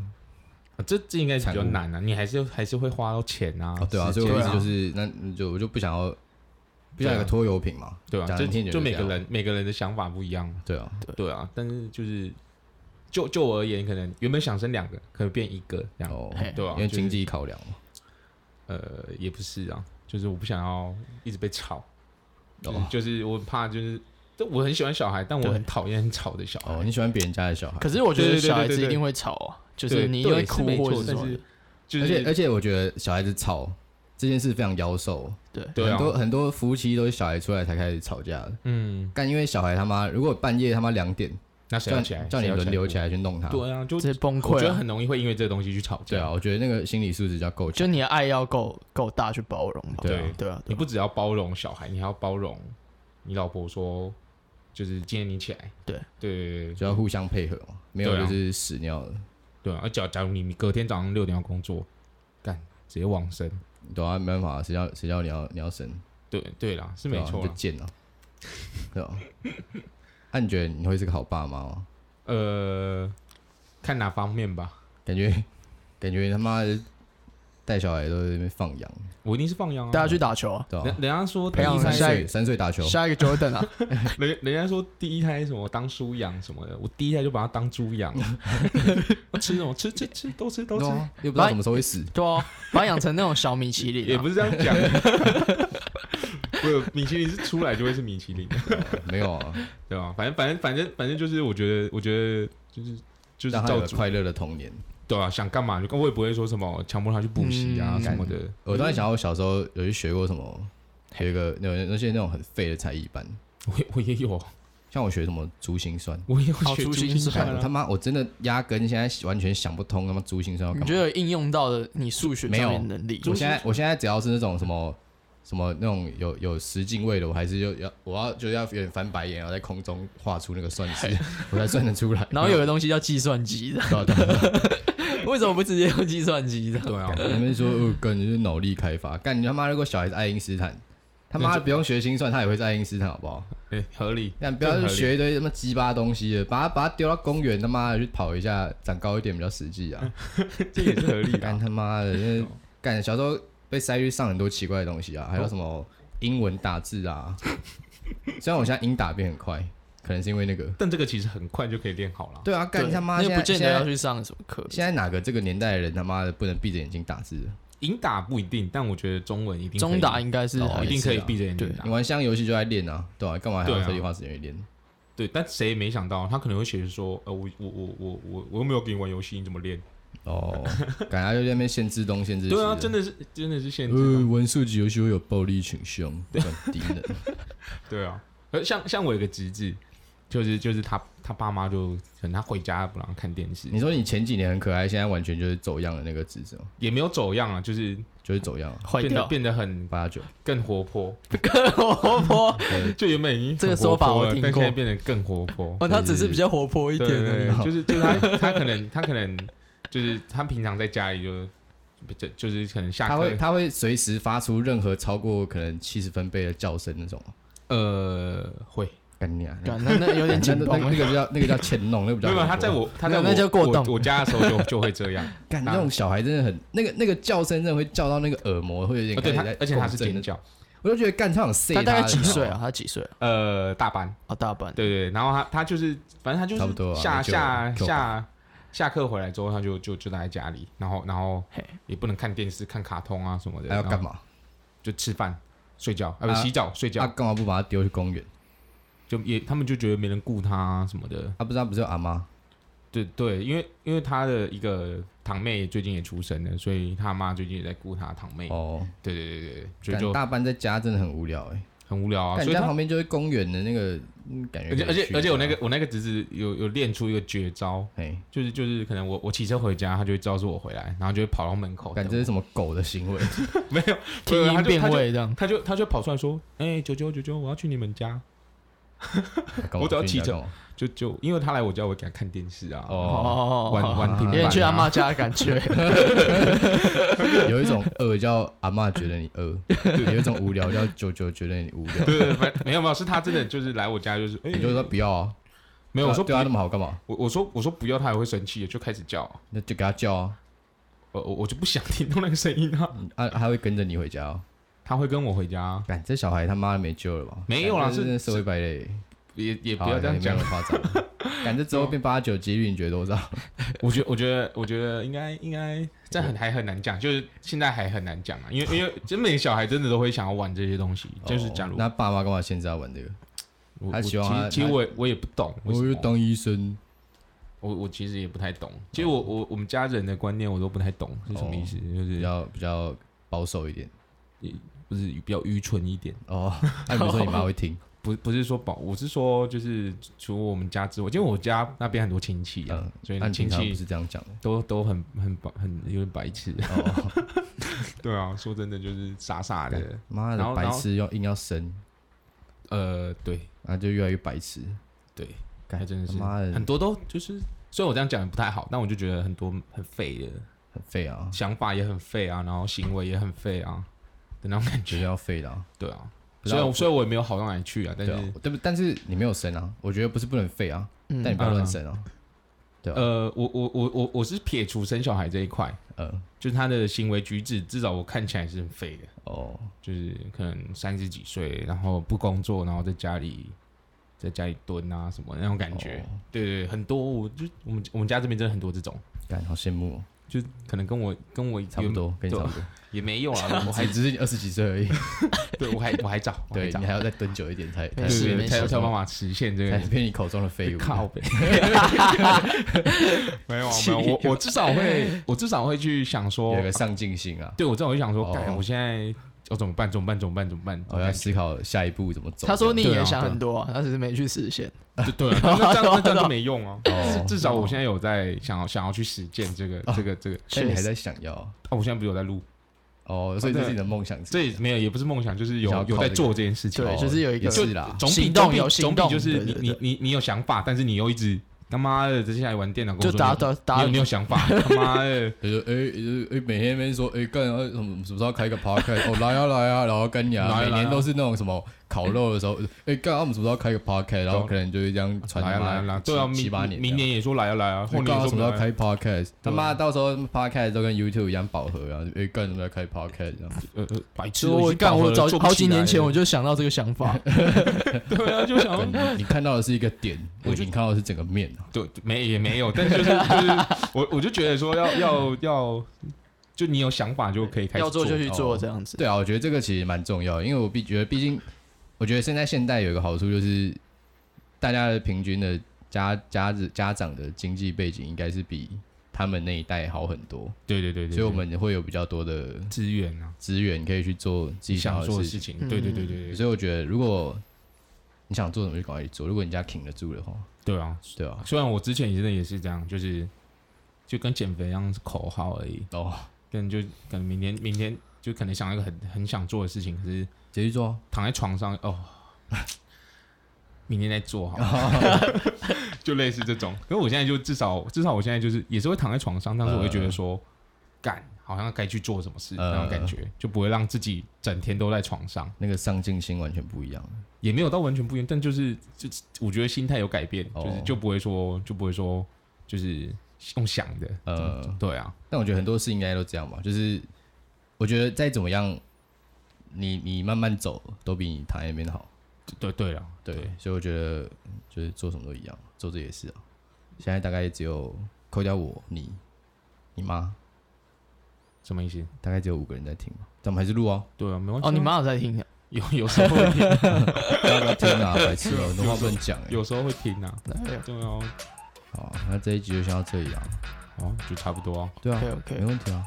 [SPEAKER 2] 这这应该是比较
[SPEAKER 1] 产物
[SPEAKER 2] 难啊，你还是还是会花到钱啊
[SPEAKER 1] 哦，，对啊，
[SPEAKER 2] 时
[SPEAKER 1] 所以我
[SPEAKER 2] 间
[SPEAKER 1] 的意
[SPEAKER 2] 啊
[SPEAKER 1] 思就是，那那就我就不想要，不想要有
[SPEAKER 2] 对啊
[SPEAKER 1] 个拖油瓶嘛，
[SPEAKER 2] 对啊，
[SPEAKER 1] 讲
[SPEAKER 2] 就
[SPEAKER 1] 难听点
[SPEAKER 2] 就每
[SPEAKER 1] 这
[SPEAKER 2] 个
[SPEAKER 1] 样
[SPEAKER 2] 人每个人的想法不一样，
[SPEAKER 1] 对啊，
[SPEAKER 2] 对啊，但是就是就就我而言，可能原本想生两个，可能变一个这样，
[SPEAKER 1] 哦，
[SPEAKER 3] 嘿
[SPEAKER 2] 对啊，
[SPEAKER 1] 因为
[SPEAKER 2] 就是
[SPEAKER 1] 经济考量嘛，
[SPEAKER 2] 呃也不是啊，就是我不想要一直被吵，就是
[SPEAKER 1] 哦
[SPEAKER 2] 就是我很怕就是，这我很喜欢小孩，但我
[SPEAKER 3] 对
[SPEAKER 2] 很讨厌很吵的小
[SPEAKER 1] 哦，
[SPEAKER 2] 孩，
[SPEAKER 1] 你喜欢别人家的小孩，
[SPEAKER 3] 可是我觉得
[SPEAKER 2] 对对对
[SPEAKER 3] 小孩
[SPEAKER 2] 对
[SPEAKER 3] 子
[SPEAKER 2] 对
[SPEAKER 3] 一定
[SPEAKER 2] 对
[SPEAKER 3] 会吵啊，就
[SPEAKER 2] 对
[SPEAKER 3] 是你一定
[SPEAKER 2] 对
[SPEAKER 3] 会
[SPEAKER 2] 是
[SPEAKER 3] 哭
[SPEAKER 2] 没
[SPEAKER 3] 或者
[SPEAKER 2] 错
[SPEAKER 3] 是什
[SPEAKER 2] 但
[SPEAKER 3] 么
[SPEAKER 2] 是
[SPEAKER 3] 的。
[SPEAKER 2] 就
[SPEAKER 1] 而且而
[SPEAKER 2] 是
[SPEAKER 1] 且我觉得小孩子吵这件事非常妖兽，
[SPEAKER 3] 对，
[SPEAKER 2] 对啊
[SPEAKER 1] 很，多很多夫妻都是小孩出来才开始吵架的。
[SPEAKER 2] 嗯，
[SPEAKER 1] 干，因为小孩他妈如果半夜他妈两点
[SPEAKER 2] 那谁
[SPEAKER 1] 叫
[SPEAKER 2] 要
[SPEAKER 1] 你
[SPEAKER 2] 起来？
[SPEAKER 1] 叫你
[SPEAKER 2] 谁要
[SPEAKER 1] 轮流
[SPEAKER 2] 起
[SPEAKER 1] 起
[SPEAKER 2] 来。
[SPEAKER 1] 来去弄他，
[SPEAKER 2] 对啊，就
[SPEAKER 3] 直接崩
[SPEAKER 2] 我
[SPEAKER 3] 溃
[SPEAKER 2] 觉得
[SPEAKER 3] 了。
[SPEAKER 2] 很容易会因为这个东西去吵
[SPEAKER 1] 对
[SPEAKER 2] 架。
[SPEAKER 1] 啊，我觉得那个心理素质要够强。
[SPEAKER 3] 就你的爱要够够大去包容吧。
[SPEAKER 1] 对
[SPEAKER 2] 啊
[SPEAKER 3] 对啊，对
[SPEAKER 2] 你
[SPEAKER 3] 啊
[SPEAKER 2] 不只要包容小孩，你还要包容你老婆说，就是今天你起来，
[SPEAKER 3] 对
[SPEAKER 2] 对对对
[SPEAKER 1] 就要互相配合嘛，没有
[SPEAKER 2] 对啊
[SPEAKER 1] 就是屎尿的，
[SPEAKER 2] 对啊！而假假如你你隔天早上六点要工作，干直接往生。
[SPEAKER 1] 对啊，没办法，谁叫谁叫你要你要生，
[SPEAKER 2] 对对啦，是
[SPEAKER 1] 是
[SPEAKER 2] 没错
[SPEAKER 1] 就
[SPEAKER 2] 啦。
[SPEAKER 1] 贱啊， 对啊。那你觉得你会是个好爸妈吗？
[SPEAKER 2] 呃，看哪方面吧，
[SPEAKER 1] 感觉感觉他妈的带小孩都在那边放羊，
[SPEAKER 2] 我一定是放羊啊。
[SPEAKER 3] 大家去打球啊，
[SPEAKER 1] 对吧、
[SPEAKER 2] 人人家说第
[SPEAKER 3] 培养
[SPEAKER 2] 一
[SPEAKER 1] 三
[SPEAKER 3] 人
[SPEAKER 2] 胎，
[SPEAKER 3] 下一
[SPEAKER 1] 岁
[SPEAKER 3] 个
[SPEAKER 1] 三岁打
[SPEAKER 2] 哦
[SPEAKER 1] 球，
[SPEAKER 3] 下一个 Jordan 啊，
[SPEAKER 2] 人人家说第一胎什么当猪养什么的，我第一胎就把它当猪养， 我吃什么吃吃吃都吃都吃
[SPEAKER 1] 对，啊又不知道什么时候会死，
[SPEAKER 3] 对啊，把它养成那种小米其林
[SPEAKER 2] 也
[SPEAKER 3] 啊，
[SPEAKER 2] 不是这样讲。 不是米其林是出来就会是米其林，
[SPEAKER 1] 没有啊，
[SPEAKER 2] 对吧？反正反正反正反正就是，我觉得我觉得就是就是
[SPEAKER 1] 让他有
[SPEAKER 2] 照
[SPEAKER 1] 个
[SPEAKER 2] 主
[SPEAKER 1] 快乐的童年。
[SPEAKER 2] 对啊，想干嘛就干我也不会说什么强迫他去补习啊
[SPEAKER 3] 嗯
[SPEAKER 2] 什么的。
[SPEAKER 1] 我突然想到，我小时候有去学过什么，有一个有那些那种很废的才艺班，
[SPEAKER 2] 我也我也有，
[SPEAKER 1] 像我学什么珠心算，
[SPEAKER 2] 我也有
[SPEAKER 3] 好
[SPEAKER 2] 学
[SPEAKER 3] 粗
[SPEAKER 2] 珠
[SPEAKER 3] 心
[SPEAKER 2] 心
[SPEAKER 3] 算
[SPEAKER 2] 算
[SPEAKER 1] 干我他
[SPEAKER 2] 啊。
[SPEAKER 1] 妈我真的压根现在完全想不通，他妈珠心算要干
[SPEAKER 3] 你
[SPEAKER 1] 嘛
[SPEAKER 3] 觉？得有应用到的你数学上面的能力，
[SPEAKER 1] 我现在我现在只要是那种什么什么那种有有十进位的，我还是就要我要就要有点翻白眼，然后在空中画出那个算 式，我才算得出来。
[SPEAKER 3] 然后有个东西叫计算机的，
[SPEAKER 1] 对啊对啊
[SPEAKER 3] 为什么不直接用计算机的？
[SPEAKER 2] 对啊，
[SPEAKER 1] 他们说哦，干你是脑力开发，干你他妈如果小孩子爱因斯坦，他妈不用学心算，他也会是爱因斯坦，好不好？
[SPEAKER 2] 哎，合理。
[SPEAKER 1] 但不要去
[SPEAKER 2] 这很合理
[SPEAKER 1] 学一堆什么鸡巴东西的，把他把他丢到公园，他妈的去跑一下，长高一点比较实
[SPEAKER 2] 嗯
[SPEAKER 1] 际啊！
[SPEAKER 2] 这也是合理
[SPEAKER 1] 干
[SPEAKER 2] 啊。
[SPEAKER 1] 他妈的，那干小时候被塞去上很多奇怪的东西啊，还有什么英文打字啊。虽然我现在英打变很快，可能是因为那个。
[SPEAKER 2] 但这个其实很快就可以练好了。
[SPEAKER 1] 对啊，干
[SPEAKER 3] 对
[SPEAKER 1] 他妈
[SPEAKER 3] 那
[SPEAKER 1] 现
[SPEAKER 3] 个不
[SPEAKER 1] 在
[SPEAKER 3] 见
[SPEAKER 1] 现
[SPEAKER 3] 得要
[SPEAKER 1] 在
[SPEAKER 3] 去上什么课，
[SPEAKER 1] 现在哪个这个年代的人他妈的不能闭着眼睛打字的？
[SPEAKER 2] 引打不一定，但我觉得中文一定可以
[SPEAKER 3] 中打应该是
[SPEAKER 1] 哦
[SPEAKER 3] 还
[SPEAKER 2] 一定可以
[SPEAKER 1] 是啊
[SPEAKER 2] 闭着眼睛
[SPEAKER 3] 对
[SPEAKER 2] 打
[SPEAKER 1] 你。玩香游戏就在练啊，对吧、干嘛还
[SPEAKER 2] 对
[SPEAKER 1] 要
[SPEAKER 2] 啊
[SPEAKER 1] 特地花时间去练？
[SPEAKER 2] 对，但谁也没想到，他可能会写说，呃，我我我我我我又没有给你玩游戏，你怎么练？
[SPEAKER 1] 哦，感觉就在那边限制东限制西。
[SPEAKER 2] 对啊，真
[SPEAKER 1] 的。
[SPEAKER 2] 的是真的是限制
[SPEAKER 1] 呃，
[SPEAKER 3] 嗯
[SPEAKER 2] 啊。
[SPEAKER 1] 玩射击游戏会有暴力倾向，很低能。
[SPEAKER 2] 对啊，呃，像像我有个侄子，就是就是他他爸妈就可能他回家不让他看电
[SPEAKER 3] 嗯
[SPEAKER 2] 视，
[SPEAKER 1] 你说你前几年很可爱，现在完全就是走样的那个姿势哦，
[SPEAKER 2] 也没有走样啊，就是
[SPEAKER 1] 就是走样啊，
[SPEAKER 3] 坏
[SPEAKER 2] 变得
[SPEAKER 3] 掉，
[SPEAKER 2] 变得很
[SPEAKER 1] 八九。
[SPEAKER 2] 更活泼，
[SPEAKER 3] 更活泼
[SPEAKER 2] 就原本已经很
[SPEAKER 3] 这个说法
[SPEAKER 2] 活泼
[SPEAKER 3] 我
[SPEAKER 2] 了
[SPEAKER 3] 听
[SPEAKER 2] 但现在
[SPEAKER 3] 过
[SPEAKER 2] 变得更活泼。
[SPEAKER 3] 哦，他只是比较活泼一
[SPEAKER 2] 对
[SPEAKER 3] 点而
[SPEAKER 2] 对
[SPEAKER 3] 已。
[SPEAKER 2] 对，就是就是他 他可能他可能就是他平常在家里就就就是可能下
[SPEAKER 1] 他
[SPEAKER 2] 课
[SPEAKER 1] 会他会随时发出任何超过可能七十分贝的叫声那种，
[SPEAKER 2] 呃会
[SPEAKER 1] 干你啊！
[SPEAKER 3] 感那那
[SPEAKER 1] 那
[SPEAKER 3] 有点
[SPEAKER 1] 那
[SPEAKER 3] 紧
[SPEAKER 1] 那
[SPEAKER 3] 绷
[SPEAKER 1] 那，个叫那个叫潜弄，那个比较
[SPEAKER 2] 没有没有
[SPEAKER 1] 恐
[SPEAKER 2] 他
[SPEAKER 1] 怖
[SPEAKER 2] 在我他
[SPEAKER 3] 没
[SPEAKER 2] 在
[SPEAKER 3] 有
[SPEAKER 2] 我
[SPEAKER 3] 那就过
[SPEAKER 2] 我
[SPEAKER 3] 动
[SPEAKER 2] 我家的时候就就会这样，
[SPEAKER 1] 干那种小孩真的很那个那个叫声真的会叫到那个耳膜会有点
[SPEAKER 2] 哦对
[SPEAKER 1] 开
[SPEAKER 2] 他
[SPEAKER 1] 始在
[SPEAKER 2] 而且他是
[SPEAKER 1] 共振
[SPEAKER 2] 尖
[SPEAKER 1] 那种，
[SPEAKER 2] 叫，
[SPEAKER 1] 我就觉得干他想塞
[SPEAKER 3] 他大概几
[SPEAKER 1] 你知道
[SPEAKER 3] 岁
[SPEAKER 1] 吗
[SPEAKER 3] 啊？他几岁啊？
[SPEAKER 2] 呃大班
[SPEAKER 3] 哦，大班。
[SPEAKER 2] 对对，对然后他他就是反正他就
[SPEAKER 1] 差不多
[SPEAKER 2] 是
[SPEAKER 1] 啊那
[SPEAKER 2] 下
[SPEAKER 1] 就
[SPEAKER 2] 下
[SPEAKER 1] 就
[SPEAKER 2] 下下课回来之后他就就就待在家里，然后然后
[SPEAKER 3] 嘿
[SPEAKER 2] 也不能看电视看卡通啊什么的，
[SPEAKER 1] 还要
[SPEAKER 2] 然后
[SPEAKER 1] 干嘛？
[SPEAKER 2] 就吃饭睡觉啊不
[SPEAKER 1] 啊
[SPEAKER 2] 洗澡睡
[SPEAKER 1] 他
[SPEAKER 2] 觉，
[SPEAKER 1] 干嘛不把他丢去公园？
[SPEAKER 2] 就也他们就觉得没人顾他啊什么的。
[SPEAKER 1] 他不知道不是有阿妈？
[SPEAKER 2] 对对，因为因为他的一个堂妹最近也出生了，所以他妈最近也在顾他堂妹。
[SPEAKER 1] 哦，
[SPEAKER 2] 对对对对，哎所以
[SPEAKER 1] 感
[SPEAKER 2] 就
[SPEAKER 1] 大班在家真的很无聊哎、
[SPEAKER 2] 很无聊啊。
[SPEAKER 1] 感
[SPEAKER 2] 所
[SPEAKER 1] 觉在
[SPEAKER 2] 以他
[SPEAKER 1] 旁边就是公园的那个嗯感觉
[SPEAKER 2] 而且
[SPEAKER 1] 可
[SPEAKER 2] 而
[SPEAKER 1] 以去一下，
[SPEAKER 2] 且而且我那个我那个侄子有有练出一个绝招，
[SPEAKER 1] 哎，
[SPEAKER 2] 就是就是可能我我骑车回家，他就会知道是我回来，然后就会跑到门口等
[SPEAKER 1] 感
[SPEAKER 2] 哦我。
[SPEAKER 1] 觉这是什么狗的行为？
[SPEAKER 2] 没有
[SPEAKER 3] 听音变，
[SPEAKER 2] 没有
[SPEAKER 3] 位这样，
[SPEAKER 2] 他就他就他就他就跑出来说：“哎、九九九九，我要去你们家。
[SPEAKER 1] 干嘛
[SPEAKER 2] 我只要
[SPEAKER 1] 去你家
[SPEAKER 2] 骑车
[SPEAKER 1] 干嘛
[SPEAKER 2] 就”就因为他来我家，我给他看电视啊，
[SPEAKER 1] 哦
[SPEAKER 3] 哦
[SPEAKER 2] 玩玩
[SPEAKER 3] 有
[SPEAKER 2] 平板、啊，
[SPEAKER 3] 点去阿妈家的感觉，
[SPEAKER 1] 有一种饿叫阿嬷觉得你饿，有一种无聊叫九九觉得你无 聊。
[SPEAKER 2] 对对，对反没有没有，是他真的就是来我家就是，哎、
[SPEAKER 1] 你就说不要啊，
[SPEAKER 2] 没有，我说不
[SPEAKER 1] 对
[SPEAKER 2] 要
[SPEAKER 1] 他那么好干嘛？
[SPEAKER 2] 我我说我说不要，他也会生气，就开始叫啊。呃
[SPEAKER 1] 那就给他叫啊，
[SPEAKER 2] 我我我就不想听到那个声音啊。
[SPEAKER 1] 啊，他会跟着你回家哦。
[SPEAKER 2] 他会跟我回家啊，
[SPEAKER 1] 干，这小孩他妈的没救了吧？
[SPEAKER 2] 没有啦
[SPEAKER 1] 干这
[SPEAKER 2] 是
[SPEAKER 1] 真的社会败类。
[SPEAKER 2] 也也
[SPEAKER 1] 好
[SPEAKER 2] 不要这样
[SPEAKER 1] 哦也没有
[SPEAKER 2] 讲
[SPEAKER 1] 那。
[SPEAKER 2] 啊
[SPEAKER 1] 么夸 张。感觉之后变八九几率，你觉得多少？
[SPEAKER 2] 我觉得我觉得我觉得应该应该这很还很难讲，就是现在还很难讲啊，因为因为真每个小孩真的都会想要玩这些东西， 就是假
[SPEAKER 1] 哦
[SPEAKER 2] 如
[SPEAKER 1] 那爸妈干嘛现在要玩这个？
[SPEAKER 2] 我
[SPEAKER 1] 他
[SPEAKER 2] 我
[SPEAKER 1] 希
[SPEAKER 2] 其
[SPEAKER 1] 望他
[SPEAKER 2] 实其实
[SPEAKER 1] 他
[SPEAKER 2] 我也我也不懂为什
[SPEAKER 1] 我
[SPEAKER 2] 么，
[SPEAKER 1] 就当医生，
[SPEAKER 2] 我我其实也不太懂，其实
[SPEAKER 1] 哦
[SPEAKER 2] 我我我们家人的观念我都不太懂是什么意思，就
[SPEAKER 1] 比
[SPEAKER 2] 是
[SPEAKER 1] 较比较保守一点。
[SPEAKER 2] 也不是比较愚蠢一点，
[SPEAKER 1] 哦，那你不是说你妈会听？
[SPEAKER 2] 不不是说保，我是说就是除了我们家之外，因为我家那边很多亲戚啊
[SPEAKER 1] 嗯，
[SPEAKER 2] 所以
[SPEAKER 1] 那你
[SPEAKER 2] 亲
[SPEAKER 1] 平常不
[SPEAKER 2] 戚
[SPEAKER 1] 是这样讲的
[SPEAKER 2] 都都很很白很有点白痴。
[SPEAKER 1] 哦。
[SPEAKER 2] 对啊，说真的就是傻傻的，
[SPEAKER 1] 妈
[SPEAKER 2] 然后
[SPEAKER 1] 的，白痴要硬要生，
[SPEAKER 2] 呃，对
[SPEAKER 1] 然后就越来越白痴。
[SPEAKER 2] 对，
[SPEAKER 1] 干
[SPEAKER 2] 还真的是
[SPEAKER 1] 他妈的
[SPEAKER 2] 很多都就是，虽然我这样讲也不太好，但我就觉得很多很废的
[SPEAKER 1] 很废啊，
[SPEAKER 2] 想法也很废啊，然后行为也很废啊的那种感
[SPEAKER 1] 绝对
[SPEAKER 2] 觉。
[SPEAKER 1] 要废的啊。
[SPEAKER 2] 对啊，
[SPEAKER 1] 不知
[SPEAKER 2] 虽
[SPEAKER 1] 道
[SPEAKER 2] 然虽然我也没有好到哪里去啊，但
[SPEAKER 1] 对
[SPEAKER 2] 是
[SPEAKER 1] 啊，对不？但是你没有生啊，我觉得不是不能废啊，
[SPEAKER 3] 嗯
[SPEAKER 1] 但你不要乱生啊。对啊，
[SPEAKER 2] 呃，我我我我我是撇除生小孩这一块，
[SPEAKER 1] 呃，
[SPEAKER 2] 就是他的行为举止，至少我看起来是很废的。
[SPEAKER 1] 哦，
[SPEAKER 2] 就是可能三十几岁，然后不工作，然后在家里在家里蹲啊什么那种感觉。
[SPEAKER 1] 哦
[SPEAKER 2] 对对，对很多我就我们我们家这边真的很多这种，
[SPEAKER 1] 感好羡慕哦，
[SPEAKER 2] 就可能跟我跟我
[SPEAKER 1] 差不
[SPEAKER 2] 原
[SPEAKER 1] 多，跟你
[SPEAKER 2] 对
[SPEAKER 1] 差
[SPEAKER 2] 啊
[SPEAKER 1] 不多。
[SPEAKER 2] 也没有 啊，我
[SPEAKER 1] 我
[SPEAKER 2] 还
[SPEAKER 1] 还只是你二十几岁而 已，
[SPEAKER 2] 对我还我还早，我还
[SPEAKER 1] 对
[SPEAKER 2] 早
[SPEAKER 1] 你还要再蹲久一点才
[SPEAKER 2] 对
[SPEAKER 1] 才
[SPEAKER 3] 没事
[SPEAKER 2] 对
[SPEAKER 1] 变
[SPEAKER 2] 对
[SPEAKER 1] 你
[SPEAKER 2] 才
[SPEAKER 1] 口
[SPEAKER 2] 有才有
[SPEAKER 1] 中
[SPEAKER 2] 办法实现这
[SPEAKER 1] 才
[SPEAKER 2] 个。
[SPEAKER 1] 变你口中的废物。
[SPEAKER 2] 靠 北，啊 没有啊没有，我我至少 会我至少会去想说
[SPEAKER 1] 有，个上进心啊，
[SPEAKER 2] 对我至少会想说，
[SPEAKER 1] 哦
[SPEAKER 2] 干我现在要怎么办？怎么办？怎么办？怎么办？
[SPEAKER 1] 我要思考下一步怎么走。
[SPEAKER 3] 他说你
[SPEAKER 2] 对啊
[SPEAKER 3] 也想很多啊，他只是没去实现。
[SPEAKER 2] 对 对啊，那这样那这样就没用哦。
[SPEAKER 1] 哦，
[SPEAKER 2] 至少我现在有在想要想要去实践这个这个这个啊！
[SPEAKER 1] 但你还在想要
[SPEAKER 2] 我现在不是有在录，
[SPEAKER 1] 哦，所以这是你的梦想之
[SPEAKER 2] 这
[SPEAKER 1] 一。
[SPEAKER 2] 也没有也不是梦想，就是有
[SPEAKER 1] 想要靠
[SPEAKER 2] 有在做这件事情
[SPEAKER 3] 对，
[SPEAKER 1] 哦。
[SPEAKER 3] 就是有一
[SPEAKER 1] 也
[SPEAKER 3] 个
[SPEAKER 1] 是啦
[SPEAKER 2] 总比
[SPEAKER 3] 行动
[SPEAKER 2] 总比
[SPEAKER 3] 有行动
[SPEAKER 2] 总比就是你
[SPEAKER 3] 对对
[SPEAKER 2] 你
[SPEAKER 3] 对
[SPEAKER 2] 你你有想法，但是你又一直他妈的，接下来玩电脑跟
[SPEAKER 3] 就
[SPEAKER 2] 我
[SPEAKER 3] 打
[SPEAKER 2] 说
[SPEAKER 3] 打
[SPEAKER 2] 你
[SPEAKER 3] 打
[SPEAKER 2] 有你有 想法，他妈的，
[SPEAKER 1] 就是哎就是哎，每天那边说哎干啊什么什么时候开一个 podcast 哦来啊来啊，然后跟你
[SPEAKER 2] 来
[SPEAKER 1] 啊，
[SPEAKER 2] 啊
[SPEAKER 1] 每
[SPEAKER 2] 来
[SPEAKER 1] 年
[SPEAKER 2] 啊
[SPEAKER 1] 都是那种什么烤肉的时候，哎干啊我们什么时候开一个 podcast，然后可能就是这样传
[SPEAKER 2] 来啊来啊来啊，对啊，
[SPEAKER 1] 七七八
[SPEAKER 2] 明
[SPEAKER 1] 年
[SPEAKER 2] 明年也说来啊来啊，后
[SPEAKER 1] 我告
[SPEAKER 2] 年也
[SPEAKER 1] 诉
[SPEAKER 2] 说
[SPEAKER 1] 什么
[SPEAKER 2] 来
[SPEAKER 1] 时
[SPEAKER 2] 啊
[SPEAKER 1] 候开 podcast，他
[SPEAKER 2] 对啊
[SPEAKER 1] 妈到时候 podcast 都跟 YouTube 一样饱和啊！哎，干什么要开 podcast 这样？
[SPEAKER 2] 呃呃，白痴，
[SPEAKER 3] 就我干，我早好几年前我
[SPEAKER 2] 就
[SPEAKER 3] 就想到这个想法，
[SPEAKER 2] 对啊，就想要
[SPEAKER 1] 对你你看到的是一个点，我已经看到的是整个面啊
[SPEAKER 2] 对，没也没有，但是就是就是我我就觉得说要要要，就你有想法就可以开始
[SPEAKER 3] 要做就去
[SPEAKER 1] 哦
[SPEAKER 3] 做这样子。
[SPEAKER 1] 对啊，我觉得这个其实蛮重要的，因为我必觉得，毕竟我觉得现在现代有一个好处就是，大家的平均的家家子家长的经济背景应该是比他们那一代好很多，
[SPEAKER 2] 对对对对，
[SPEAKER 1] 所以我们会有比较多的
[SPEAKER 2] 资源啊，
[SPEAKER 1] 资源可以去做自己想要
[SPEAKER 2] 想做
[SPEAKER 1] 的
[SPEAKER 2] 的
[SPEAKER 1] 事情
[SPEAKER 2] 事。
[SPEAKER 3] 嗯
[SPEAKER 2] 情，对对对对对
[SPEAKER 1] 所以我觉得，如果你想做什么就赶快去做，如果你家挺得住的话，
[SPEAKER 2] 对啊！
[SPEAKER 1] 对啊，
[SPEAKER 2] 虽然我之前真的也是这样，就是就跟减肥一样是口号而已，
[SPEAKER 1] 哦，
[SPEAKER 2] 但就可能明天明天就可能想到一个很很想做的事情，可是
[SPEAKER 1] 直接去做啊。
[SPEAKER 2] 躺在床上哦，明天再做好了， 就类似这种。可是我现在就至少至少我现在就是也是会躺在床上，但是我会觉得说，干、好像该去做什么事、
[SPEAKER 1] 呃
[SPEAKER 2] 那种感觉，就不会让自己整天都在床上，
[SPEAKER 1] 那个上进心完全不一样。
[SPEAKER 2] 也没有到完全不一样，但就是就我觉得心态有改变，
[SPEAKER 1] 哦
[SPEAKER 2] 就是就不会说就不会说就是用想的，
[SPEAKER 1] 呃，
[SPEAKER 2] 对啊，
[SPEAKER 1] 但我觉得很多事应该都这样吧，就是我觉得再怎么样，你你慢慢走都比你躺在那边好。
[SPEAKER 2] 对对了，
[SPEAKER 1] 对，所以我觉得就是做什么都一样，做这也是啊。现在大概只有扣掉我、你、你妈，
[SPEAKER 2] 什么意思？
[SPEAKER 1] 大概只有五个人在听吧。但我们还是录哦，
[SPEAKER 2] 对啊，没关系啊、
[SPEAKER 3] 哦，你妈有在听啊？
[SPEAKER 2] 有有时候会听，
[SPEAKER 1] 大家不要听啊，白痴 哦，很多话不能讲哎。
[SPEAKER 2] 有时候会听啊，
[SPEAKER 3] 对
[SPEAKER 2] 对啊，
[SPEAKER 1] 好，那这一集就先到这里啊。
[SPEAKER 2] 哦，就差不多啊，
[SPEAKER 1] 对啊，
[SPEAKER 3] ，OK
[SPEAKER 1] 没
[SPEAKER 3] OK，
[SPEAKER 1] 问题啊。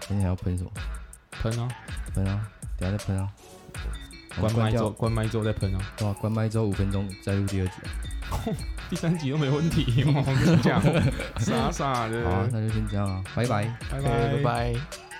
[SPEAKER 1] 今天还要喷什么？
[SPEAKER 2] 喷啊。
[SPEAKER 1] 喷啊，等一下再喷啊。我们
[SPEAKER 2] 关麦之
[SPEAKER 1] 掉
[SPEAKER 2] 后，关麦之后再喷啊！
[SPEAKER 1] 对啊，关麦之后五分钟再录第二集。
[SPEAKER 2] 第三集都没问题， 我跟你讲，傻傻
[SPEAKER 1] 好、啊
[SPEAKER 2] 的，，
[SPEAKER 1] 那就先这样啊，拜拜。
[SPEAKER 2] 拜
[SPEAKER 3] 拜拜。